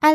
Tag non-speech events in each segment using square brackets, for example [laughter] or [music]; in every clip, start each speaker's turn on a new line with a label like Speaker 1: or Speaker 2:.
Speaker 1: 艾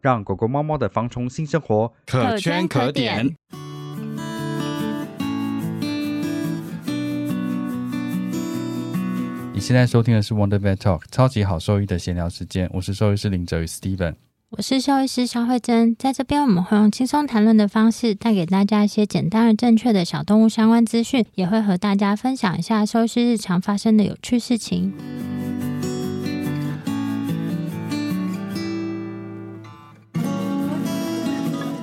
Speaker 2: 让狗狗猫猫的防虫新生活。
Speaker 1: 可圈可点。
Speaker 3: 你现在收听的是 Wonder Vet Talk 超级好兽医的闲聊时间，我是兽医师林哲宇 Steven。
Speaker 1: 我是兽医师肖慧珍，在这边我们会用轻松谈论的方式，带给大家一些简单而正确的小动物相关资讯，也会和大家分享一下兽医师日常发生的有趣事情。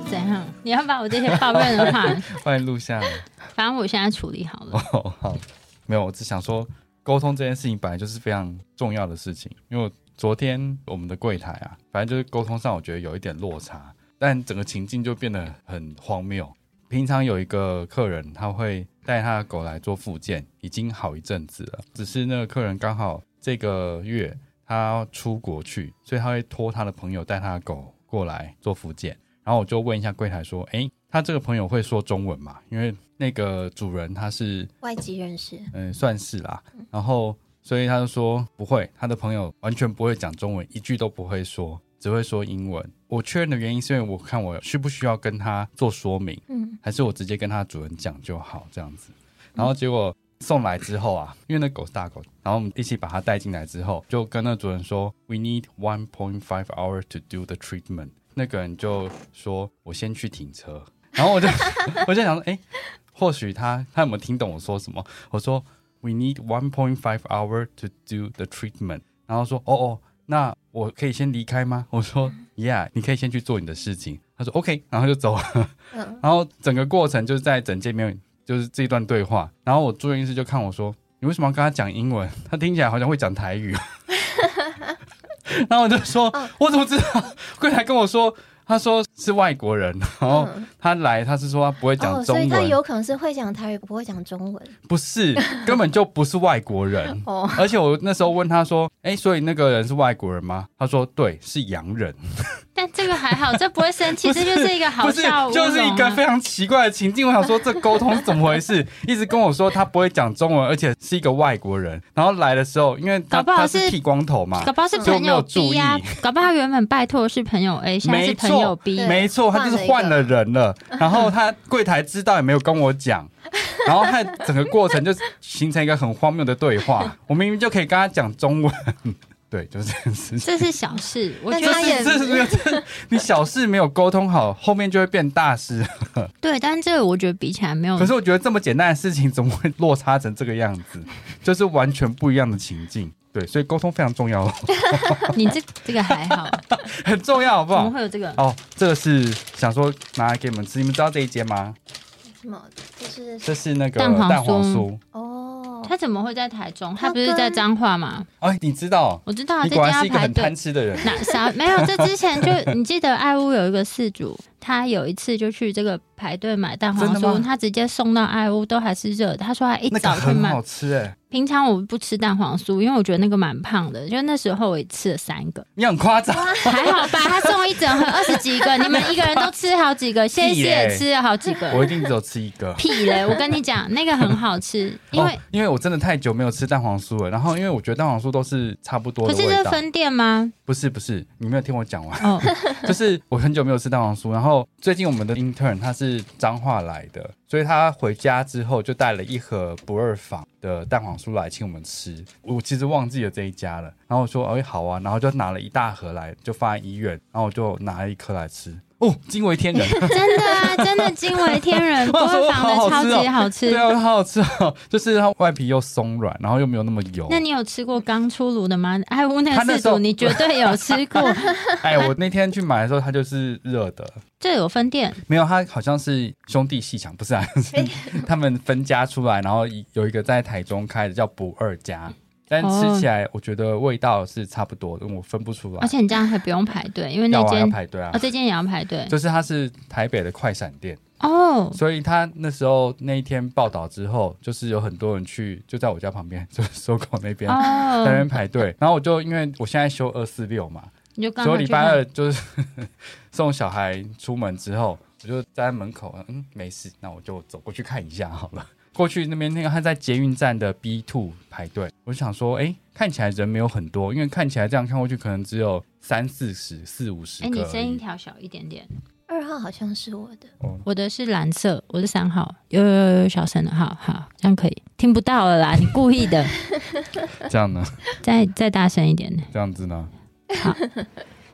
Speaker 1: 怎样？你要把我这些抱怨 [laughs] 的话，
Speaker 3: 欢迎录下来。
Speaker 1: 反正我现在处理好了。
Speaker 3: 哦，好，没有，我只想说，沟通这件事情本来就是非常重要的事情，因为我昨天我们的柜台啊，反正就是沟通上我觉得有一点落差，但整个情境就变得很荒谬。平常有一个客人，他会带他的狗来做复健，已经好一阵子了，只是那个客人刚好这个月他出国去，所以他会托他的朋友带他的狗过来做复健。然后我就问一下柜台说：“诶，他这个朋友会说中文吗？因为那个主人他是
Speaker 4: 外籍人士，
Speaker 3: 嗯，算是啦。然后，所以他就说不会，他的朋友完全不会讲中文，一句都不会说，只会说英文。我确认的原因是因为我看我需不需要跟他做说明，
Speaker 4: 嗯，
Speaker 3: 还是我直接跟他主人讲就好这样子。然后结果送来之后啊，因为那狗是大狗，然后我们一起把它带进来之后，就跟那主人说，We need one point five hour to do the treatment。那个人就说，我先去停车。然后我就我就想说，哎、或许他他有没有听懂我说什么？我说 We need one point five hour to do the treatment。然后说，哦哦，那我可以先离开吗？我说，Yeah，你可以先去做你的事情。他说 OK，然后就走了。
Speaker 4: 嗯
Speaker 3: [laughs] 然后整个过程就是在整界面，就是这段对话。然后我住院医师就看我说：“你为什么要跟他讲英文？他听起来好像会讲台
Speaker 4: [laughs]
Speaker 3: 语。”然后我就说：“
Speaker 4: 嗯
Speaker 3: 我怎么知道？” [laughs] 柜台跟我说，他说是外国人，然后
Speaker 4: 嗯
Speaker 3: 他来，他是说他哦不会讲
Speaker 4: 哦，
Speaker 3: 中
Speaker 4: 所以
Speaker 3: 文，
Speaker 4: 他有可能是会讲台语，不会讲中文
Speaker 3: 不是，
Speaker 1: [laughs]
Speaker 3: 根本就不是外国人。
Speaker 4: 哦。
Speaker 3: 而且我那时候问他说：“哎、所以那个人是外国人吗？”他说：“对，是洋人。”
Speaker 1: 但这个还好，这不会生气，这就是一个 [laughs] 好
Speaker 3: 不是
Speaker 1: 笑、，哦
Speaker 3: 就是一个非常奇怪的情境。我想说，这沟通是怎么回事？ [laughs] 一直跟我说他不会讲中文，而且是一个外国人。然后来的时候，因为他
Speaker 1: 搞不好
Speaker 3: 他
Speaker 1: 是
Speaker 3: 剃光头嘛
Speaker 1: 搞，不好是
Speaker 3: 就
Speaker 1: 朋
Speaker 3: 没有
Speaker 1: 友
Speaker 3: 注
Speaker 1: B
Speaker 3: 意
Speaker 1: 呀、啊，搞不好他原本拜托的是朋友哎 A，现在是
Speaker 3: 没
Speaker 1: 朋友
Speaker 3: 错
Speaker 1: B，
Speaker 4: 对
Speaker 3: 没错，他就是换了人
Speaker 4: [laughs]
Speaker 3: 了。然后他柜台知道也没有跟我讲，然后他整个过程就形成一个很荒谬的对话。
Speaker 4: [laughs]
Speaker 3: 我明明就可以跟他讲中文， [laughs] 对，就是这件事情。
Speaker 1: 这是小事，我
Speaker 4: 但
Speaker 1: 觉得
Speaker 4: 他也
Speaker 3: 这是没有，这你小事没有沟通好，后面就会变大事。
Speaker 1: 对，但这个我觉得比起来没有
Speaker 4: 嗯
Speaker 3: 可是我觉得这么简单的事情，怎么会落差成这个样子？就是完全不一样的情境。对，所以沟通非常重要哦，
Speaker 1: 你这这个还好，
Speaker 3: [laughs] 很重要，好不
Speaker 1: 怎么
Speaker 3: 好？
Speaker 1: 会有这个？
Speaker 3: 哦，这个是想说拿来给你们吃，你们知道这一节吗？
Speaker 4: 什么？就是
Speaker 3: 这是那个
Speaker 1: 蛋黄酥
Speaker 3: 蛋黄酥。
Speaker 4: 哦，
Speaker 1: 他怎么会在台中？
Speaker 4: 他
Speaker 1: 他不是在
Speaker 4: 跟
Speaker 1: 彰化吗？
Speaker 3: 哎，你知道，
Speaker 1: 我知道啊
Speaker 3: 你
Speaker 1: 这
Speaker 3: 果
Speaker 1: 间
Speaker 3: 然
Speaker 1: 要
Speaker 3: 是一个
Speaker 1: 排
Speaker 3: 很贪
Speaker 1: 队。
Speaker 3: 吃的人。
Speaker 1: 那啥没有？这之前就 [laughs] 你记得爱屋有一个事主，他有一次就去这个排队买蛋黄
Speaker 3: 真的吗
Speaker 1: 酥，他直接送到爱屋都还是热的。他说他一
Speaker 3: 那个
Speaker 1: 早去
Speaker 3: 很
Speaker 1: 买，
Speaker 3: 好吃哎，
Speaker 1: 平常我不吃蛋黄酥，因为我觉得那个蛮胖的。就那时候我也吃了三个，
Speaker 3: 你很夸张，
Speaker 1: 还好吧？他送一整盒二十几个，你们一个人都吃好几个，谢谢
Speaker 3: 屁嘞
Speaker 1: 也吃了好几个。
Speaker 3: 我一定只有吃一个。
Speaker 1: 屁嘞！我跟你讲，那个很好吃，因为、
Speaker 3: 哦、因为我真的太久没有吃蛋黄酥了，然后因为我觉得蛋黄酥都是差不多
Speaker 1: 可
Speaker 3: 的
Speaker 1: 是这
Speaker 3: 味
Speaker 1: 是
Speaker 3: 道。
Speaker 1: 分店吗？
Speaker 3: 不是不是，你没有听我讲完。 [laughs]
Speaker 1: 哦，
Speaker 3: 就是我很久没有吃蛋黄酥，然后最近我们的 intern 他是彰化来的，所以他回家之后就带了一盒不二坊的蛋黄酥来请我们吃。我其实忘记了这一家了，然后我说哎好啊，然后就拿了一大盒来，就放在医院，然后我就拿了一颗来吃，哦，惊为天人。
Speaker 1: 真的啊，真的惊为天人，
Speaker 3: [laughs] 我
Speaker 1: 锅
Speaker 3: 想说
Speaker 1: 房的
Speaker 3: 好
Speaker 1: 超
Speaker 3: 好吃哦
Speaker 1: 级好吃。
Speaker 3: 对啊，好好吃哦，就是它外皮又松软，然后又没有那么油。
Speaker 1: 那你有吃过刚出炉的吗？哎，无
Speaker 3: 他
Speaker 1: 能
Speaker 3: 那
Speaker 1: 四
Speaker 3: 时候
Speaker 1: 主，你绝对有吃
Speaker 3: [laughs]
Speaker 1: 过。
Speaker 3: 哎，我那天去买的时候，它就是热的，
Speaker 1: 这有分店，
Speaker 3: 没有，它好像是兄弟戏场，不是
Speaker 1: [laughs]
Speaker 3: 啊，是他们分家出来，然后有一个在台中开的叫不二家，但吃起来我觉得味道是差不多的，我分不出来。
Speaker 1: 而且你这样还不用排队，因为那
Speaker 3: 要啊要
Speaker 1: 间
Speaker 3: 排队啊
Speaker 1: 哦，，这间也要排队
Speaker 3: 就是它是台北的快闪店，
Speaker 1: 哦。
Speaker 3: 所以他那时候那一天报道之后，就是有很多人去，就在我家旁边，就是 [laughs] 搜狗那边。在那
Speaker 1: 哦，
Speaker 3: 边排队，然后我就因为我现在休二四六嘛，
Speaker 1: 你就刚
Speaker 3: 所
Speaker 1: 好
Speaker 3: 以
Speaker 1: 去
Speaker 3: 礼拜
Speaker 1: 看
Speaker 3: 二就是 [laughs] 送小孩出门之后，我就站在门口，嗯，没事，那我就走过去看一下好了。 [laughs] 过去那边那个他在捷运站的 B two 排队，我就想说，哎、看起来人没有很多，因为看起来这样看过去可能只有三四十、四五十
Speaker 1: 哎，
Speaker 3: 个
Speaker 1: 你
Speaker 3: 而已。
Speaker 1: 声音调小一点点。
Speaker 4: 二号好像是我的，
Speaker 1: 我的是蓝色，我是三号，有有有有小声的，好好，这样可以，听不到了啦，你故意的，
Speaker 3: 这样呢？
Speaker 1: 再再大声一点呢，
Speaker 3: 这样子呢？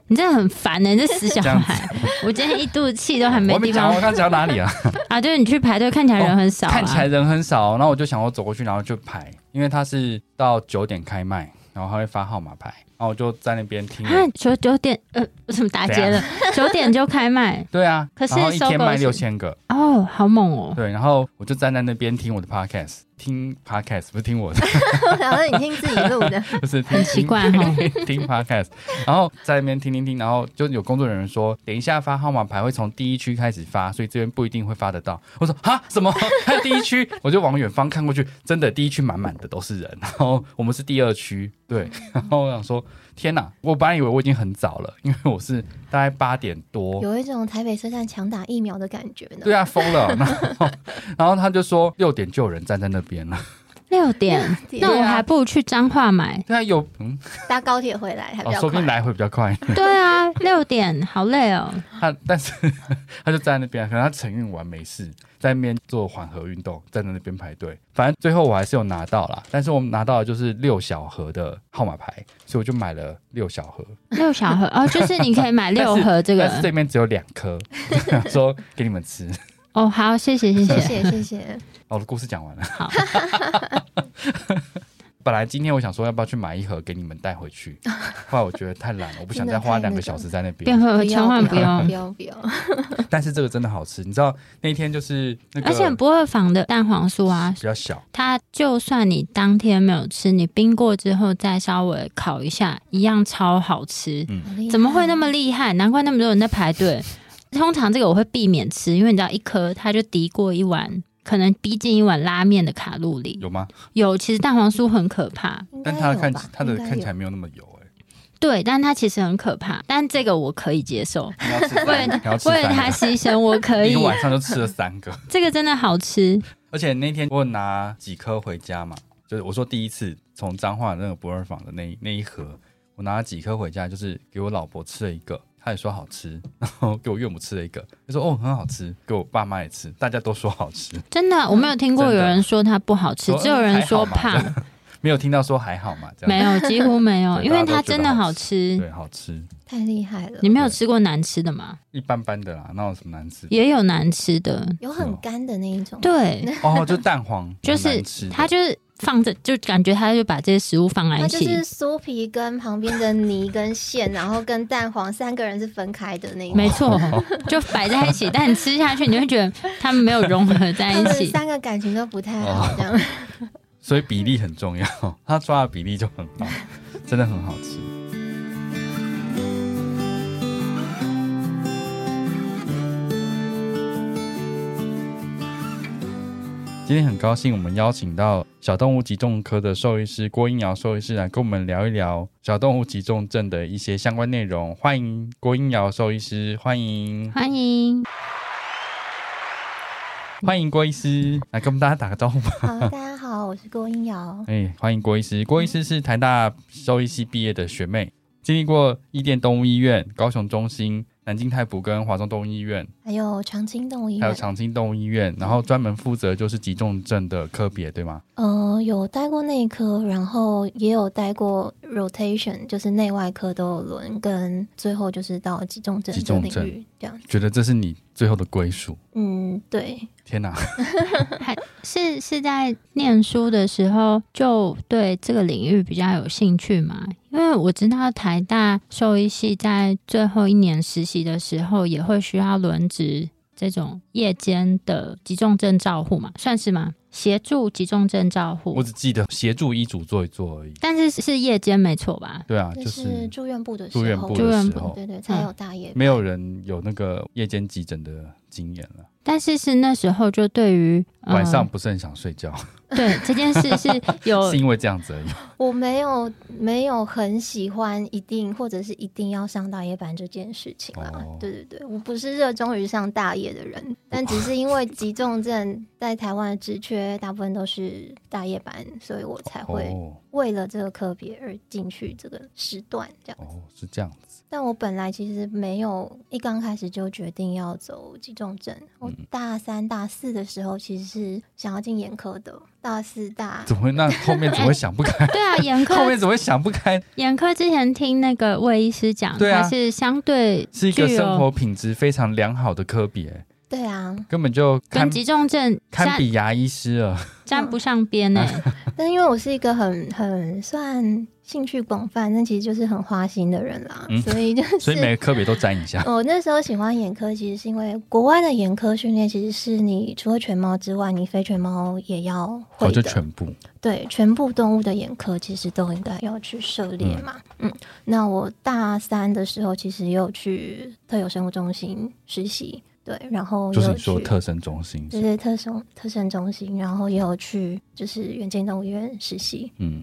Speaker 1: 你真的很烦呢、欸你这死小
Speaker 3: 这样
Speaker 1: 孩， [laughs] 我今天一肚子气 [laughs] 都还没
Speaker 3: 我
Speaker 1: 地
Speaker 3: 没讲，
Speaker 1: 方
Speaker 3: 我刚讲到哪
Speaker 1: [laughs]
Speaker 3: 里啊？
Speaker 1: 啊，就是你去排队，看起来人很少、啊
Speaker 3: 看起来人很少，然后我就想我走过去，然后就排，因为他是到九点开卖，然后他会发号码牌，然后我就在那边听了。
Speaker 1: 啊，九九点，呃，我怎么打结了？九点就开卖
Speaker 3: 对啊，
Speaker 1: 可是
Speaker 3: 然后一
Speaker 1: 搜
Speaker 3: 天
Speaker 1: 狗
Speaker 3: 卖
Speaker 1: 是
Speaker 3: 六千个，
Speaker 1: 哦，好猛哦！
Speaker 3: 对，然后我就站在那边听我的 podcast，听 podcast 不是听我的， [laughs]
Speaker 4: 然后你听自己录的，
Speaker 3: 就是听
Speaker 1: 奇怪哦，
Speaker 3: 听听 podcast，然后在那边听听听，然后就有工作人员说，等一下发号码牌会从第一区开始发，所以这边不一定会发得到。我说哈什么？还有第一区？ [laughs] 我就往远方看过去，真的第一区满满的都是人，然后我们是第二区，对，然后我想说天哪，我本来以为我已经很早了，因为我是大概八点多，
Speaker 4: 有一种台北车站强打疫苗的感觉呢。
Speaker 3: 对啊，疯了。 [laughs] 然后，然后他就说六点就有人站在那边了。
Speaker 1: 六点，
Speaker 4: 点
Speaker 1: 那我还不如去彰化买。
Speaker 3: 对啊，有嗯，
Speaker 4: 搭高铁回来还比
Speaker 3: 哦，
Speaker 4: 较
Speaker 3: 说不
Speaker 4: 快。
Speaker 3: 定来回比较快。 [laughs]
Speaker 1: 对啊，六点好累哦。
Speaker 3: 他但是 [laughs] 他就站在那边，啊可能他承运完没事，在那边做缓和运动，站在那边排队。反正最后我还是有拿到啦，但是我们拿到的就是六小盒的号码牌，所以我就买了六小盒。
Speaker 1: 六小盒哦，就是你可以买六盒这 [laughs]
Speaker 3: 但是
Speaker 1: 个
Speaker 3: 这边只有两颗， [laughs] 想说给你们吃。
Speaker 1: 哦。好，谢谢谢谢。
Speaker 4: 谢谢谢
Speaker 1: [laughs]
Speaker 4: 谢，
Speaker 3: 哦我的故事讲完了。
Speaker 1: 好，
Speaker 3: [laughs] 本来今天我想说要不要去买一盒给你们带回去，后来我觉得太懒了，我不想再花两个小时在那边
Speaker 1: [laughs] 变。会呃千万
Speaker 4: 不
Speaker 1: 不
Speaker 4: 要
Speaker 1: 用
Speaker 4: 不。要不要，
Speaker 3: 但是这个真的好吃，你知道那天就是那个，
Speaker 1: 而且不二坊的蛋黄酥啊
Speaker 3: 比，较小，
Speaker 1: 它就算你当天没有吃，你冰过之后再稍微烤一下，一样超好吃。
Speaker 3: 嗯
Speaker 4: [laughs]
Speaker 1: 怎么会那么厉害？难怪那么多人在排
Speaker 3: [laughs]
Speaker 1: 队。通常这个我会避免吃，因为你知道一颗它就敌过一碗，可能逼近一碗拉面的卡路里。
Speaker 3: 有吗？
Speaker 1: 有，其实蛋黄酥很可怕，
Speaker 4: 应该
Speaker 3: 但它的
Speaker 4: 有吧？
Speaker 3: 看起它的
Speaker 4: 应该有
Speaker 3: 看起来没有那么油哎、
Speaker 1: 对，但它其实很可怕。但这个我可以接
Speaker 3: [laughs]
Speaker 1: 受，
Speaker 3: 你要吃
Speaker 1: 为了
Speaker 3: 三，你要吃
Speaker 1: 为了它
Speaker 3: 三
Speaker 1: 牺牲，我可
Speaker 3: [laughs] 个，一
Speaker 1: 以
Speaker 3: 个。晚上就吃了三个，
Speaker 1: 这个真的好吃，
Speaker 3: 而且那天我有拿几颗回家嘛，就是我说第一次从彰化那个不二坊的那一那一盒，我拿了几颗回家，就是给我老婆吃了一个。她也说好吃，然后给我岳母吃了一个，她说哦很好吃，给我爸妈也吃，大家都说好吃，
Speaker 1: 真的，我没有听过有
Speaker 3: 真的
Speaker 1: 人说它不好吃，
Speaker 3: 说
Speaker 1: 只有人说
Speaker 3: 还好嘛
Speaker 1: 胖，
Speaker 3: 没有听到说还好嘛这样，
Speaker 1: 没
Speaker 3: [laughs]
Speaker 1: 有，几乎没有，
Speaker 3: 对
Speaker 1: 因为
Speaker 3: 大家
Speaker 1: 它
Speaker 3: 都觉
Speaker 1: 真
Speaker 3: 得
Speaker 1: 的
Speaker 3: 好
Speaker 1: 好吃。
Speaker 3: 对好吃，
Speaker 4: 太厉害了
Speaker 1: 你，没有吃过难吃的吗？
Speaker 3: 一般般的啦，哪有什么难
Speaker 1: [laughs]
Speaker 3: 吃？
Speaker 1: 也有难吃的，
Speaker 4: 有很干的那一种，，
Speaker 3: [laughs]
Speaker 1: 对，
Speaker 3: 哦，就蛋黄，
Speaker 1: 就
Speaker 3: 蛮
Speaker 1: 是
Speaker 3: 难吃的
Speaker 1: 它就是放着，就感觉它就把这些食物放在
Speaker 4: 它
Speaker 1: 一
Speaker 4: 就
Speaker 1: 起。
Speaker 4: 是酥皮跟旁边的泥跟馅，然后跟蛋黄三个人是分开的
Speaker 3: 哦
Speaker 4: 那一种，
Speaker 1: 没
Speaker 3: [laughs]
Speaker 1: 错，就摆在一起，但你吃下去，你会觉得它们没有融合在
Speaker 4: [laughs] 他
Speaker 1: 一
Speaker 4: 们
Speaker 1: 起。
Speaker 4: 三个感情都不太好，
Speaker 3: 哦
Speaker 4: 这样。
Speaker 3: 所以比例很重要， [laughs] 它抓的比例就很好，真的很好吃。今天很高兴，我们邀请到小动物急重科的兽医师郭英瑶兽医师来跟我们聊一聊小动物急重症的一些相关内容。欢迎郭英瑶兽医师，欢迎
Speaker 1: 欢迎，
Speaker 3: 欢迎郭医师来跟我们大家打个招呼 [laughs] 吧。
Speaker 4: 好，大家好，我是郭英瑶，
Speaker 3: 哎、欢迎郭医师。郭医师是台大兽医系毕业的学妹，经历过伊甸动物医院、高雄中心、南京太仆跟华中动物医院，
Speaker 4: 还有长青动物医
Speaker 3: 还有
Speaker 4: 院，
Speaker 3: 长青动物医院，然后专门负责就是急重症的科别，对吗？
Speaker 4: 呃，有待过内科，然后也有待过 rotation，就是内外科都有轮，跟最后就是到急重症
Speaker 3: 急
Speaker 4: 这
Speaker 3: 重
Speaker 4: 领
Speaker 3: 症
Speaker 4: 域这样。
Speaker 3: 觉得这是你最后的归属。
Speaker 4: 嗯，对，
Speaker 3: 天哪， [laughs]
Speaker 1: 还是是在念书的时候就对这个领域比较有兴趣嘛？因为我知道台大兽医系在最后一年实习的时候也会需要轮值这种夜间的急重症照护嘛，算是吗？协助急重症照
Speaker 3: 我
Speaker 1: 护，
Speaker 3: 只记得协助医嘱做一做而已。
Speaker 1: 但是是夜间没错吧？
Speaker 3: 对啊，
Speaker 4: 那
Speaker 3: 就是是
Speaker 4: 住院部的时
Speaker 3: 住
Speaker 4: 候，
Speaker 3: 院部
Speaker 1: 住
Speaker 3: 的
Speaker 1: 院
Speaker 3: 时
Speaker 1: 部
Speaker 3: 候，嗯
Speaker 4: 对对，才有大夜班。
Speaker 3: 没有人有那个夜间急诊的经验了。
Speaker 1: 但是是那时候就对于、呃
Speaker 3: 晚上不是很想睡觉，
Speaker 1: 对这件事是有
Speaker 3: [laughs] 是因为这样子而已。
Speaker 4: 我没有没有很喜欢一定或者是一定要上大夜班这件事情啦。
Speaker 3: 哦
Speaker 4: 对对对，我不是热衷于上大夜的人，但只是因为
Speaker 3: [laughs]
Speaker 4: 急重症在台湾的职缺大部分都是大夜班，所以我才会
Speaker 3: 哦
Speaker 4: 为了这个科别而进去这个时段这样。
Speaker 3: 哦，是这样子。
Speaker 4: 但我本来其实没有一刚开始就决定要走急重症，我
Speaker 3: 嗯
Speaker 4: 大三大四的时候其实是想要进眼科的，大四大
Speaker 3: 怎么会那后面怎么会想不开？
Speaker 1: 对啊，眼科
Speaker 3: 后面怎么会想不开？
Speaker 1: 眼科之前听那个魏医师讲，
Speaker 3: 对啊
Speaker 1: 它是相对
Speaker 3: 是一个
Speaker 1: 具有
Speaker 3: 生活品质非常良好的科别，
Speaker 4: 对啊，
Speaker 3: 根本就堪
Speaker 1: 跟急重症
Speaker 3: 堪
Speaker 1: 沾
Speaker 3: 比牙医师了。
Speaker 1: 沾不上边呢、
Speaker 4: 但因为我是一个很很算兴趣广泛，但其实就是很花心的人啦，
Speaker 3: 嗯
Speaker 4: 所以就
Speaker 3: [laughs]
Speaker 4: 是
Speaker 3: 所以每个科别都沾一下。
Speaker 4: 我那时候喜欢眼科，其实是因为国外的眼科训练其实是你除了犬猫之外，你非犬猫也要
Speaker 3: 我
Speaker 4: 会
Speaker 3: 哦就
Speaker 4: 的。
Speaker 3: 全部
Speaker 4: 对，全部动物的眼科其实都应该要去涉猎嘛。嗯那我大三的时候其实也有去特有生物中心实习，对，然后
Speaker 3: 就是
Speaker 4: 也有
Speaker 3: 你说
Speaker 4: 去嗯
Speaker 3: 特生中心，
Speaker 4: 就是特生特生中心，然后也有去就是远见动物医院实习，
Speaker 3: 嗯，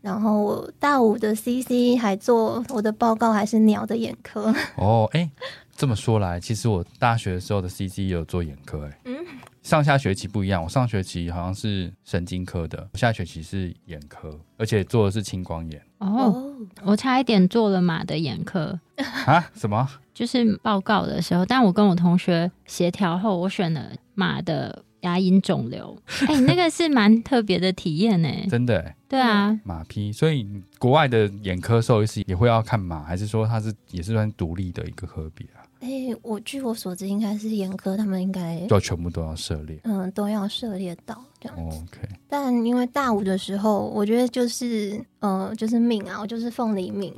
Speaker 4: 然后我大五的 CC 还做我的报告，还是鸟的眼科。
Speaker 3: 哦，哎、这么说来，其实我大学的时候的 CC 也有做眼科、哎，
Speaker 4: 嗯
Speaker 3: 上下学期不一样，我上学期好像是神经科的，我下学期是眼科，而且做的是青光
Speaker 4: [laughs]
Speaker 3: 眼
Speaker 1: [laughs] 哦，，我差一点做了马的眼科，
Speaker 3: 啊？什么？
Speaker 1: 就是报告的时候，但我跟我同学协调后，我选了马的牙龈肿
Speaker 3: [laughs]
Speaker 1: 瘤。哎、那个是蛮特别的体验呢、
Speaker 3: 真的、哎，
Speaker 1: 对啊，
Speaker 3: 马匹，所以国外的眼科兽医师也会要看马，还是说它是也是算独立的一个科别啊？
Speaker 4: 哎、我据我所知，应该是眼科，他们应该
Speaker 3: 就全部都要涉猎。
Speaker 4: 嗯都要涉猎到这样。
Speaker 3: OK，
Speaker 4: 但因为大五的时候，我觉得就是呃就是命啊，我就是凤
Speaker 3: [laughs]
Speaker 4: 梨命，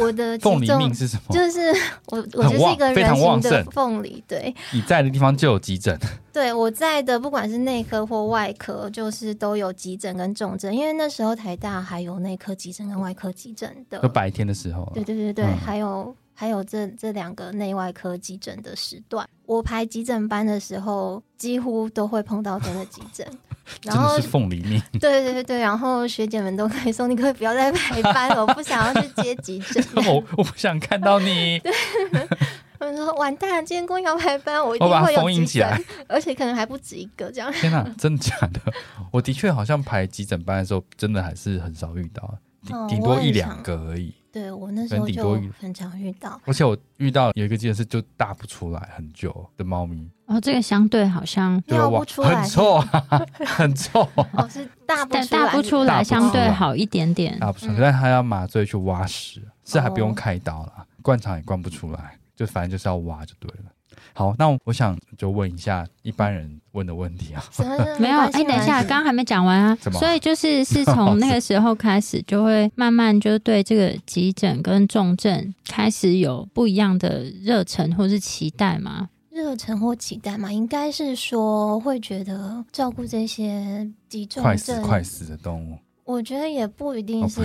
Speaker 4: 我的
Speaker 3: 凤
Speaker 4: 体
Speaker 3: 梨
Speaker 4: 重
Speaker 3: 命是什么？
Speaker 4: 就是 [laughs] 我我就是一
Speaker 3: 很
Speaker 4: 个
Speaker 3: 旺非
Speaker 4: 人
Speaker 3: 常
Speaker 4: 形
Speaker 3: 旺
Speaker 4: 的
Speaker 3: 盛
Speaker 4: 凤梨，对
Speaker 3: 你在的地方就有急诊，
Speaker 4: 对，我在的不管是内科或外科，就是都有急诊跟重症，因为那时候台大还有内科急诊跟外科急诊的
Speaker 3: 就白天的时候啊。
Speaker 4: 对对对对，
Speaker 3: 嗯
Speaker 4: 还有还有这这两个内外科急诊的时段，我排急诊班的时候，几乎都会碰到真的急
Speaker 3: [laughs]
Speaker 4: 诊。
Speaker 3: 真
Speaker 4: 然后
Speaker 3: 的是凤梨
Speaker 4: [laughs]
Speaker 3: 命。
Speaker 4: 对对对对，然后学姐们都可以说，你可不可以不要再排班了，我不想要去接急
Speaker 3: [laughs]
Speaker 4: 诊。
Speaker 3: 哦我我不想看到
Speaker 4: [laughs]
Speaker 3: 你，
Speaker 4: 他们说完蛋了，今天公要排班，我一
Speaker 3: 我
Speaker 4: 定
Speaker 3: 把它
Speaker 4: 会有
Speaker 3: 封
Speaker 4: 急
Speaker 3: 印起来
Speaker 4: 诊，而且可能还不止一个这样。
Speaker 3: 天哪、真的假的？我的确好像排急诊班的时候，真的还是很少遇到，顶
Speaker 4: 哦
Speaker 3: 顶
Speaker 4: 我
Speaker 3: 多
Speaker 4: 很
Speaker 3: 一两个而已。
Speaker 4: 对我那时候
Speaker 3: 人顶
Speaker 4: 就
Speaker 3: 多遇
Speaker 4: 很常遇到。
Speaker 3: 而且我遇到有一个急诊室就大不出来很久的猫咪，
Speaker 1: 哦，这个相对好像
Speaker 3: 对吧？
Speaker 4: 尿不
Speaker 3: 哇
Speaker 4: 出来
Speaker 3: 很
Speaker 4: [laughs]
Speaker 3: 臭啊， [laughs] 很臭啊、
Speaker 4: 哦，是大不
Speaker 1: 但
Speaker 4: 出
Speaker 1: 大
Speaker 4: 来
Speaker 1: 不出
Speaker 3: 大
Speaker 1: 来，
Speaker 3: 不
Speaker 1: 相
Speaker 3: 出
Speaker 1: 对
Speaker 3: 来
Speaker 1: 好一点点。
Speaker 3: 啊大不出来，
Speaker 4: 嗯
Speaker 3: 但它要麻醉去挖屎，是还不用
Speaker 4: 哦
Speaker 3: 开刀啦，灌肠也灌不出来，就反正就是要挖就对了。好，那我想就问一下一般人问的问题啊，
Speaker 4: 什么什么
Speaker 1: 没有，
Speaker 4: 关
Speaker 1: 哎、
Speaker 4: 系
Speaker 1: 等一
Speaker 4: [laughs]
Speaker 1: 下，
Speaker 4: 没关系
Speaker 1: 刚还没讲完啊
Speaker 3: 怎。么
Speaker 1: 所以就是是从那个时候开始，就会慢慢就对这个急诊跟重症开始有不一样的热忱或是期待嘛。
Speaker 4: 热忱或期待嘛，应该是说会觉得照顾这些急重
Speaker 3: 快死
Speaker 4: 症，
Speaker 3: 快死的动物，
Speaker 4: 我觉得也不一
Speaker 3: 哦
Speaker 4: 定是、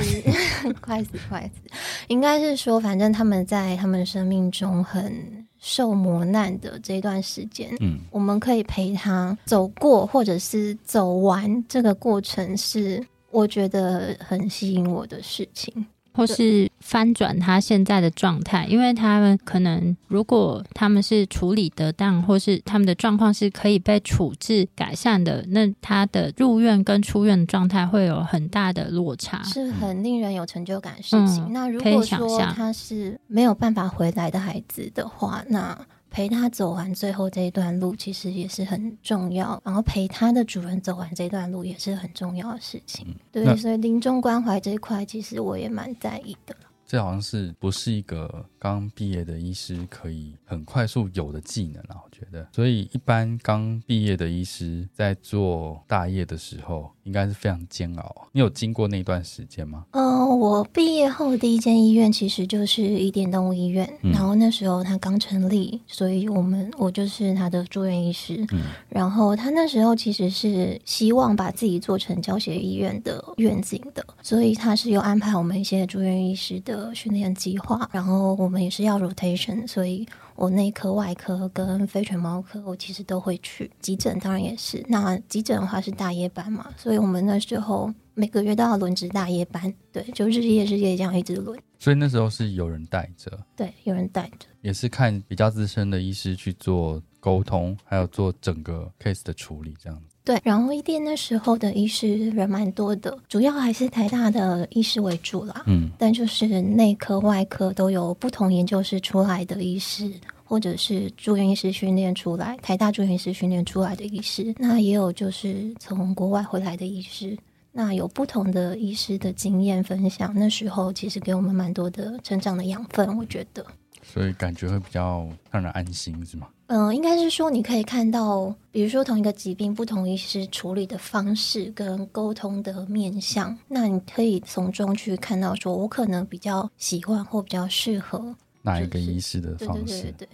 Speaker 3: 不
Speaker 4: [laughs] 快死快死，应该是说反正他们在他们生命中很受磨难的这段时间，
Speaker 3: 嗯，
Speaker 4: 我们可以陪他走过或者是走完这个过程是我觉得很吸引我的事情。
Speaker 1: 或是翻转它现在的状态，因为他们可能如果他们是处理得当，或是他们的状况是可以被处置改善的，那他的入院跟出院的状态会有很大的落差。
Speaker 4: 是很令人有成就感的事情。
Speaker 1: 嗯
Speaker 4: 那如
Speaker 1: 可以
Speaker 4: 果
Speaker 1: 想
Speaker 4: 说
Speaker 1: 象
Speaker 4: 他是没有办法回来的孩子的话，那陪他走完最后这一段路，其实也是很重要。然后陪他的主人走完这段路，也是很重要的事情。
Speaker 1: 嗯
Speaker 3: 那
Speaker 4: 对，所以临终关怀这一块，其实我也蛮在意的。
Speaker 3: 这好像是不是一个刚毕业的医师可以很快速有的技能啊？我觉得，所以一般刚毕业的医师在做大业的时候，应该是非常煎熬。啊你有经过那段时间吗？
Speaker 4: 呃，我毕业后第一间医院其实就是伊甸动物医院，
Speaker 3: 嗯
Speaker 4: 然后那时候它刚成立，所以我们我就是它的住院医师。
Speaker 3: 嗯
Speaker 4: 然后他那时候其实是希望把自己做成教学医院的愿景的，所以他是有安排我们一些住院医师的训练计划，然后我们也是要 rotation，所以我内科、外科跟非犬猫科，我其实都会去。急诊当然也是，那急诊的话是大夜班嘛，所以我们那时候每个月都要轮值大夜班，对，就日夜日夜这样一直轮，
Speaker 3: 所以那时候是有人带着，
Speaker 4: 对，有人带着，
Speaker 3: 也是看比较资深的医师去做沟通，还有做整个 case 的处理这样子。
Speaker 4: 对。然后一店那时候的医师人蛮多的，主要还是台大的医师为主啦，
Speaker 3: 嗯，
Speaker 4: 但就是内科、外科都有不同研究室出来的医师，或者是住院医师训练出来，台大住院医师训练出来的医师，那也有就是从国外回来的医师，那有不同的医师的经验分享。那时候其实给我们蛮多的成长的养分，我觉得。
Speaker 3: 所以感觉会比较让人安心，是吗？
Speaker 4: 嗯、应该是说你可以看到，比如说同一个疾病，不同医师处理的方式跟沟通的面向，那你可以从中去看到，说我可能比较喜欢或比较适合
Speaker 3: 哪一个医师的
Speaker 4: 对
Speaker 3: 方
Speaker 4: 对
Speaker 3: 式？
Speaker 4: 对对对，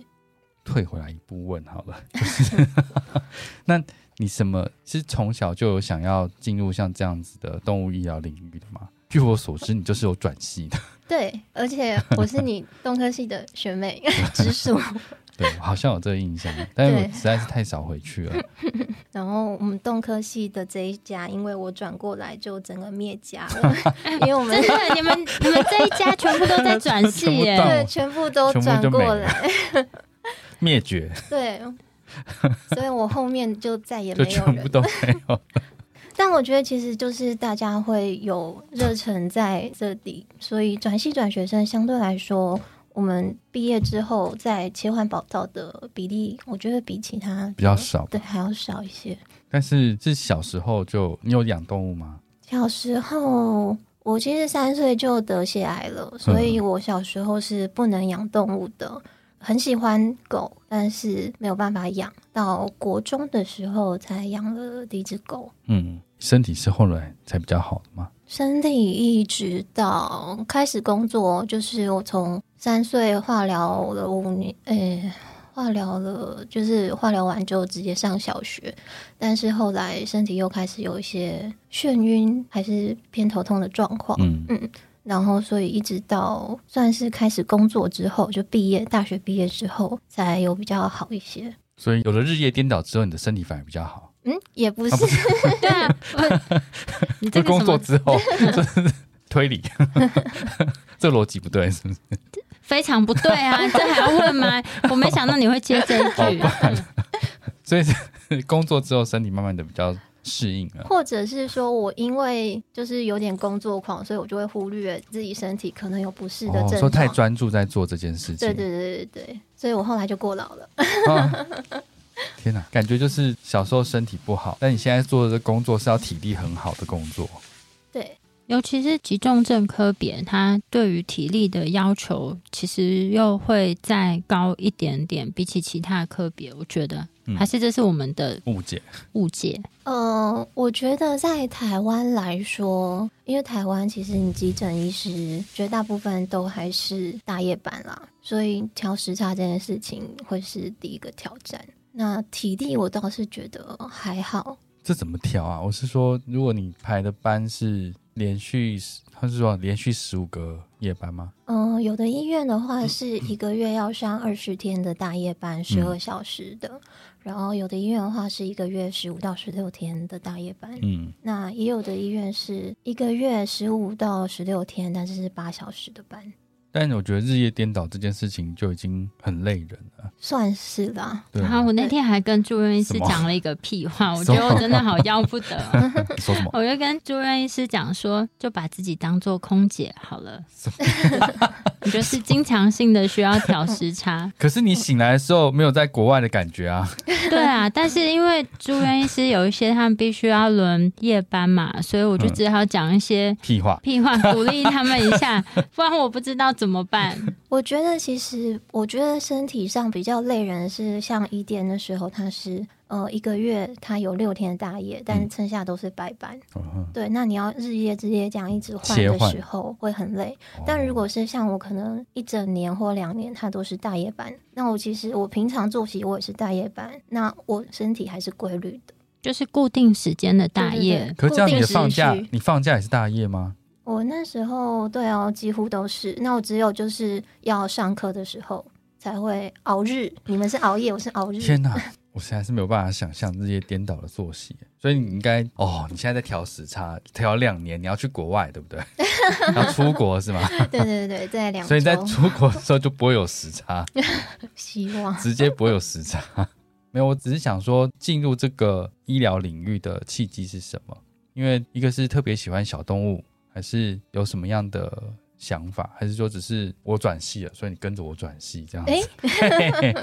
Speaker 3: 退回来一步问好了，就是 [laughs] 那你什么是从小就有想要进入像这样子的动物医疗领域的吗？据我所知，你就是有转系的，
Speaker 4: 对，而且我
Speaker 3: [laughs]
Speaker 4: 是你动科系的学妹直属，
Speaker 3: 对，我好像有这个印象，但是我
Speaker 4: 对
Speaker 3: 实在是太少回去了。
Speaker 4: 然后我们动科系的这一家，因为我转过来就整个灭家
Speaker 3: [laughs]
Speaker 4: 了，因为我们
Speaker 1: 真的，你们你们这一家全部都在转系
Speaker 3: 全部
Speaker 1: 耶，
Speaker 3: 到
Speaker 4: 对全部都
Speaker 3: 全部
Speaker 4: 转
Speaker 3: 就没
Speaker 4: 过
Speaker 3: 了
Speaker 4: 来，
Speaker 3: 灭绝 [laughs]
Speaker 4: 对，所以我后面就再也
Speaker 3: 就
Speaker 4: 没有
Speaker 3: 全
Speaker 4: 人
Speaker 3: 部都没
Speaker 4: [laughs]
Speaker 3: 有，
Speaker 4: 但我觉得其实就是大家会有热忱在这里，所以转系转学生相对来说，我们毕业之后再切换跑道的比例，我觉得比其他
Speaker 3: 比较少吧。
Speaker 4: 对还要少一些。
Speaker 3: 但是是小时候就你有养动物吗？
Speaker 4: 小时候。我其实三岁就得血癌了，所以我小时候是不能养动物的。很喜欢狗，但是没有办法养。到国中的时候才养了第一只狗，
Speaker 3: 嗯，身体是后来才比较好的吗？
Speaker 4: 身体一直到开始工作，就是我从三岁化疗了五年，诶、化疗了，就是化疗完就直接上小学，但是后来身体又开始有一些眩晕，还是偏头痛的状况，
Speaker 3: 嗯，
Speaker 4: 然后所以一直到算是开始工作之后，就毕业，大学毕业之后才有比较好一些。
Speaker 3: 所以有了日夜颠倒之后，你的身体反而比较好。
Speaker 4: 嗯，也不是，
Speaker 3: 啊不
Speaker 1: 对啊，
Speaker 3: [laughs]
Speaker 1: 我你这个什
Speaker 3: 这工
Speaker 1: 么
Speaker 3: 作之后， [laughs] 这是推理， [laughs] 这逻辑不对，是不是？
Speaker 1: 非常不对
Speaker 3: [laughs]
Speaker 1: 啊，这还要问吗？我没想到你会接这一
Speaker 3: 哦，
Speaker 1: 句
Speaker 3: 不，然，所以是工作之后身体慢慢的比较适应了。
Speaker 4: 或者是说我因为就是有点工作狂，所以我就会忽略自己身体可能有不适的
Speaker 3: 哦，
Speaker 4: 症
Speaker 3: 说
Speaker 4: 状。
Speaker 3: 太专注在做这件事情，
Speaker 4: 对对对对对，所以我后来就过劳了。 [laughs]
Speaker 3: 啊天哪，感觉就是小时候身体不好，但你现在做的这工作是要体力很好的工作，
Speaker 4: 对，
Speaker 1: 尤其是急重症科别，它对于体力的要求其实又会再高一点点，比起其他科别，我觉得
Speaker 3: 嗯
Speaker 1: 还是这是我们的
Speaker 3: 误解。
Speaker 1: 误解。
Speaker 4: 呃，我觉得在台湾来说，因为台湾其实你急诊医师绝大部分都还是大夜班啦，所以调时差这件事情会是第一个挑战。那体力我倒是觉得还好，
Speaker 3: 这怎么调啊？我是说，如果你排的班是连续，他是说连续十五个夜班吗？
Speaker 4: 呃，嗯，有的医院的话是一个月要上二十天的大夜班，十二小时的；然后有的医院的话是一个月十五到十六天的大夜班。
Speaker 3: 嗯，
Speaker 4: 那也有的医院是一个月十五到十六天，但是是八小时的班，
Speaker 3: 但我觉得日夜颠倒这件事情就已经很累人了。
Speaker 4: 算是啦。
Speaker 3: 对啊
Speaker 4: [laughs]
Speaker 1: 然后我那天还跟住院医师
Speaker 3: 什么
Speaker 1: 讲了一个屁话，我
Speaker 3: 什
Speaker 1: 觉
Speaker 3: 么
Speaker 1: 得我真的好要不得。啊
Speaker 3: 你说什么？
Speaker 1: 我就跟住院医师讲说，就把自己当做空姐好了。 [laughs] 你就是经常性的需要调时
Speaker 4: [laughs]
Speaker 1: 差，
Speaker 3: 可是你醒来的时候没有在国外的感觉 [laughs] 啊？
Speaker 1: 对啊。但是因为住院医师有一些他们必须要轮夜班嘛，所以我
Speaker 4: 嗯
Speaker 1: 就只好讲一些
Speaker 3: 屁话，
Speaker 1: 屁话鼓励他们一
Speaker 4: [laughs]
Speaker 1: 下，不然我不知道怎么办。
Speaker 4: 我觉得其实，我觉得身体上比较累人的是像一店的时候，他是呃一个月他有六天的大夜，但是剩下都是白班。
Speaker 3: 嗯
Speaker 4: 对，那你要日夜之夜这样一直换
Speaker 3: 切
Speaker 4: 的
Speaker 3: 换哦
Speaker 4: 时候会很累。但如果是像我可能一整年或两年，它都是大夜班，那我其实我平常作息我也是大夜班，那我身体还是规律的。
Speaker 1: 就是固定时间的大夜，
Speaker 4: 对对对
Speaker 3: 可是这样你的
Speaker 4: 固定时
Speaker 3: 放假
Speaker 4: 序，
Speaker 3: 你放假也是大夜吗？
Speaker 4: 我那时候对哦，几乎都是。那我只有就是要上课的时候才会熬日，你们是熬夜，我是熬日。
Speaker 3: 天哪，我现在是没有办法想象日夜颠倒的作息，所以你应该哦，你现在在调时差，调两年，你要去国外，对
Speaker 4: [laughs]
Speaker 3: 不对？要出国是吗？
Speaker 4: 对对对，在两周，
Speaker 3: 所以在出国的时候就不会有时差，
Speaker 4: 希望
Speaker 3: 直接不会有时差。 [laughs] 没有，我只是想说，进入这个医疗领域的契机是什么？因为一个是特别喜欢小动物，还是有什么样的想法，还是说只是我转系了，所以你跟着我转系这样
Speaker 4: 哎
Speaker 3: 子、嘿嘿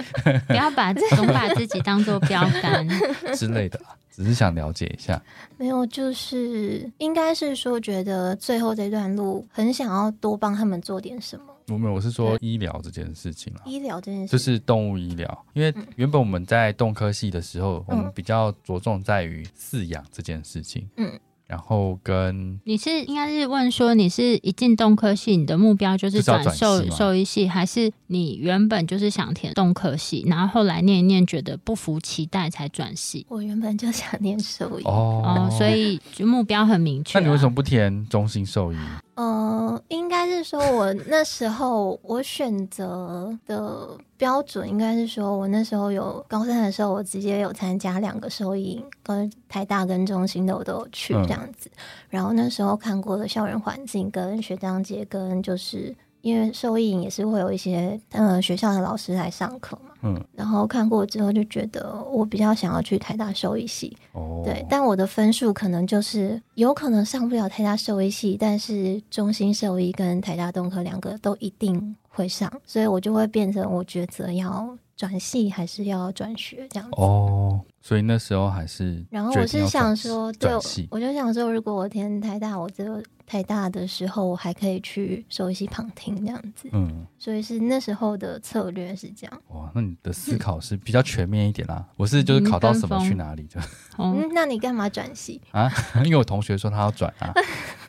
Speaker 1: 不要把总把自己当做标杆。
Speaker 3: 嘿之类的啦，只是想了解一下。
Speaker 4: 没有，就是应该是说觉得最后这段路很想要多帮他们做点什么。
Speaker 3: 我没有，我是说医疗这件事情啦。
Speaker 4: 医疗这件事，
Speaker 3: 就是动物医疗，因为原本我们在动科系的时候，我们比较着重在于饲养这件事情，
Speaker 4: 嗯，
Speaker 3: 然后跟
Speaker 1: 你是应该是问说，你是一进动科系，你的目标就是转
Speaker 3: 就是要
Speaker 1: 兽
Speaker 3: 转系吗
Speaker 1: 兽医系，还是你原本就是想填动科系，然后后来念一念觉得不服期待才转系？
Speaker 4: 我原本就想念兽医，
Speaker 3: 哦
Speaker 1: 哦，所以就目标很明确、
Speaker 3: 那
Speaker 1: 啊。
Speaker 3: 你为什么不填中心兽医？
Speaker 4: 呃，应该是说我那时候我选择的标准，应该是说我那时候有高三的时候，我直接有参加两个收银，跟台大跟中心的我都有去
Speaker 3: 嗯
Speaker 4: 这样子。然后那时候看过的校园环境跟学长姐跟就是。因为收银也是会有一些呃学校的老师来上课嘛，
Speaker 3: 嗯，
Speaker 4: 然后看过之后就觉得我比较想要去台大收一系，
Speaker 3: 哦，
Speaker 4: 对，但我的分数可能就是有可能上不了台大兽医系，但是中心兽医跟台大动科两个都一定会上，所以我就会变成我抉择要转系还是要转学这样子。
Speaker 3: 哦，所以那时候还是
Speaker 4: 然后我
Speaker 3: 决定
Speaker 4: 是
Speaker 3: 要
Speaker 4: 想
Speaker 3: 转
Speaker 4: 说，对
Speaker 3: 转系，
Speaker 4: 我就想说，如果我填台大，我就台大的时候，我还可以去兽医系旁听这样子，
Speaker 3: 嗯，
Speaker 4: 所以是那时候的策略是这样。
Speaker 3: 哇，那你的思考是比较全面一点啦。我是就是考到什么去哪里
Speaker 1: [laughs]
Speaker 3: 的
Speaker 1: 哦
Speaker 4: 嗯，那你干嘛转系？
Speaker 3: 啊，因为我同学说他要转
Speaker 1: [laughs]
Speaker 3: 啊，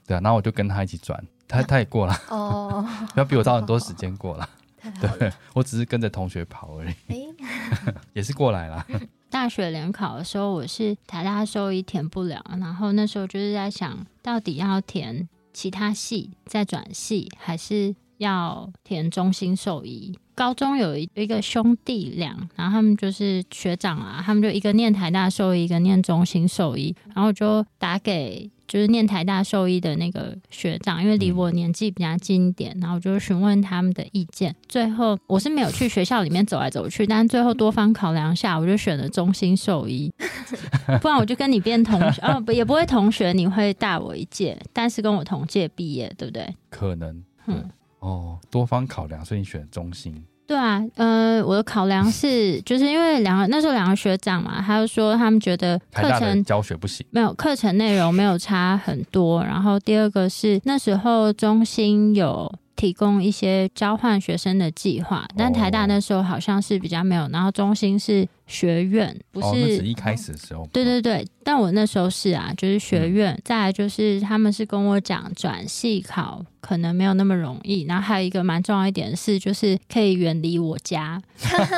Speaker 3: 对啊，然后我就跟他一起转，他他也过了， [laughs]
Speaker 4: 哦，
Speaker 3: 他比我早很多时间过了，
Speaker 4: 太好了，
Speaker 3: 对我只是跟着同学跑而已，
Speaker 4: 哎，
Speaker 3: 也是过来啦。
Speaker 1: 大学联考的时候，我是台大兽医填不了，然后那时候就是在想到底要填其他系再转系，还是要填中心兽医。高中有一一个兄弟俩，然后他们就是学长啊，他们就一个念台大兽医，一个念中心兽医，然后我就打给就是念台大兽医的那个学长，因为离我年纪比较近一点，然后我就询问他们的意见。最后我是没有去学校里面走来走去，但是最后多方考量下，我就选了中心兽医，不然我就跟你变同学，哦，不也不会同学，你会大我一届，但是跟我同届毕业，对不对？
Speaker 3: 可能，
Speaker 1: 嗯
Speaker 3: 嗯，哦，多方考量，所以你选中心，
Speaker 1: 对啊，呃，我的考量是，就是因为两个那时候两个学长嘛，他就说他们觉得
Speaker 3: 台
Speaker 1: 课
Speaker 3: 大的
Speaker 1: 程
Speaker 3: 教学不行，
Speaker 1: 没有课程内容没有差很多，然后第二个是那时候中心有提供一些交换学生的计划，但台
Speaker 3: 哦
Speaker 1: 大那时候好像是比较没有，然后中心是学院，不
Speaker 3: 哦，那
Speaker 1: 是、
Speaker 3: 只一开始的时候，
Speaker 1: 对，对对，但我那时候是啊，就是
Speaker 3: 嗯
Speaker 1: 学院，再来就是他们是跟我讲转系考可能没有那么容易，然后还有一个蛮重要一点是，就是可以远离我家，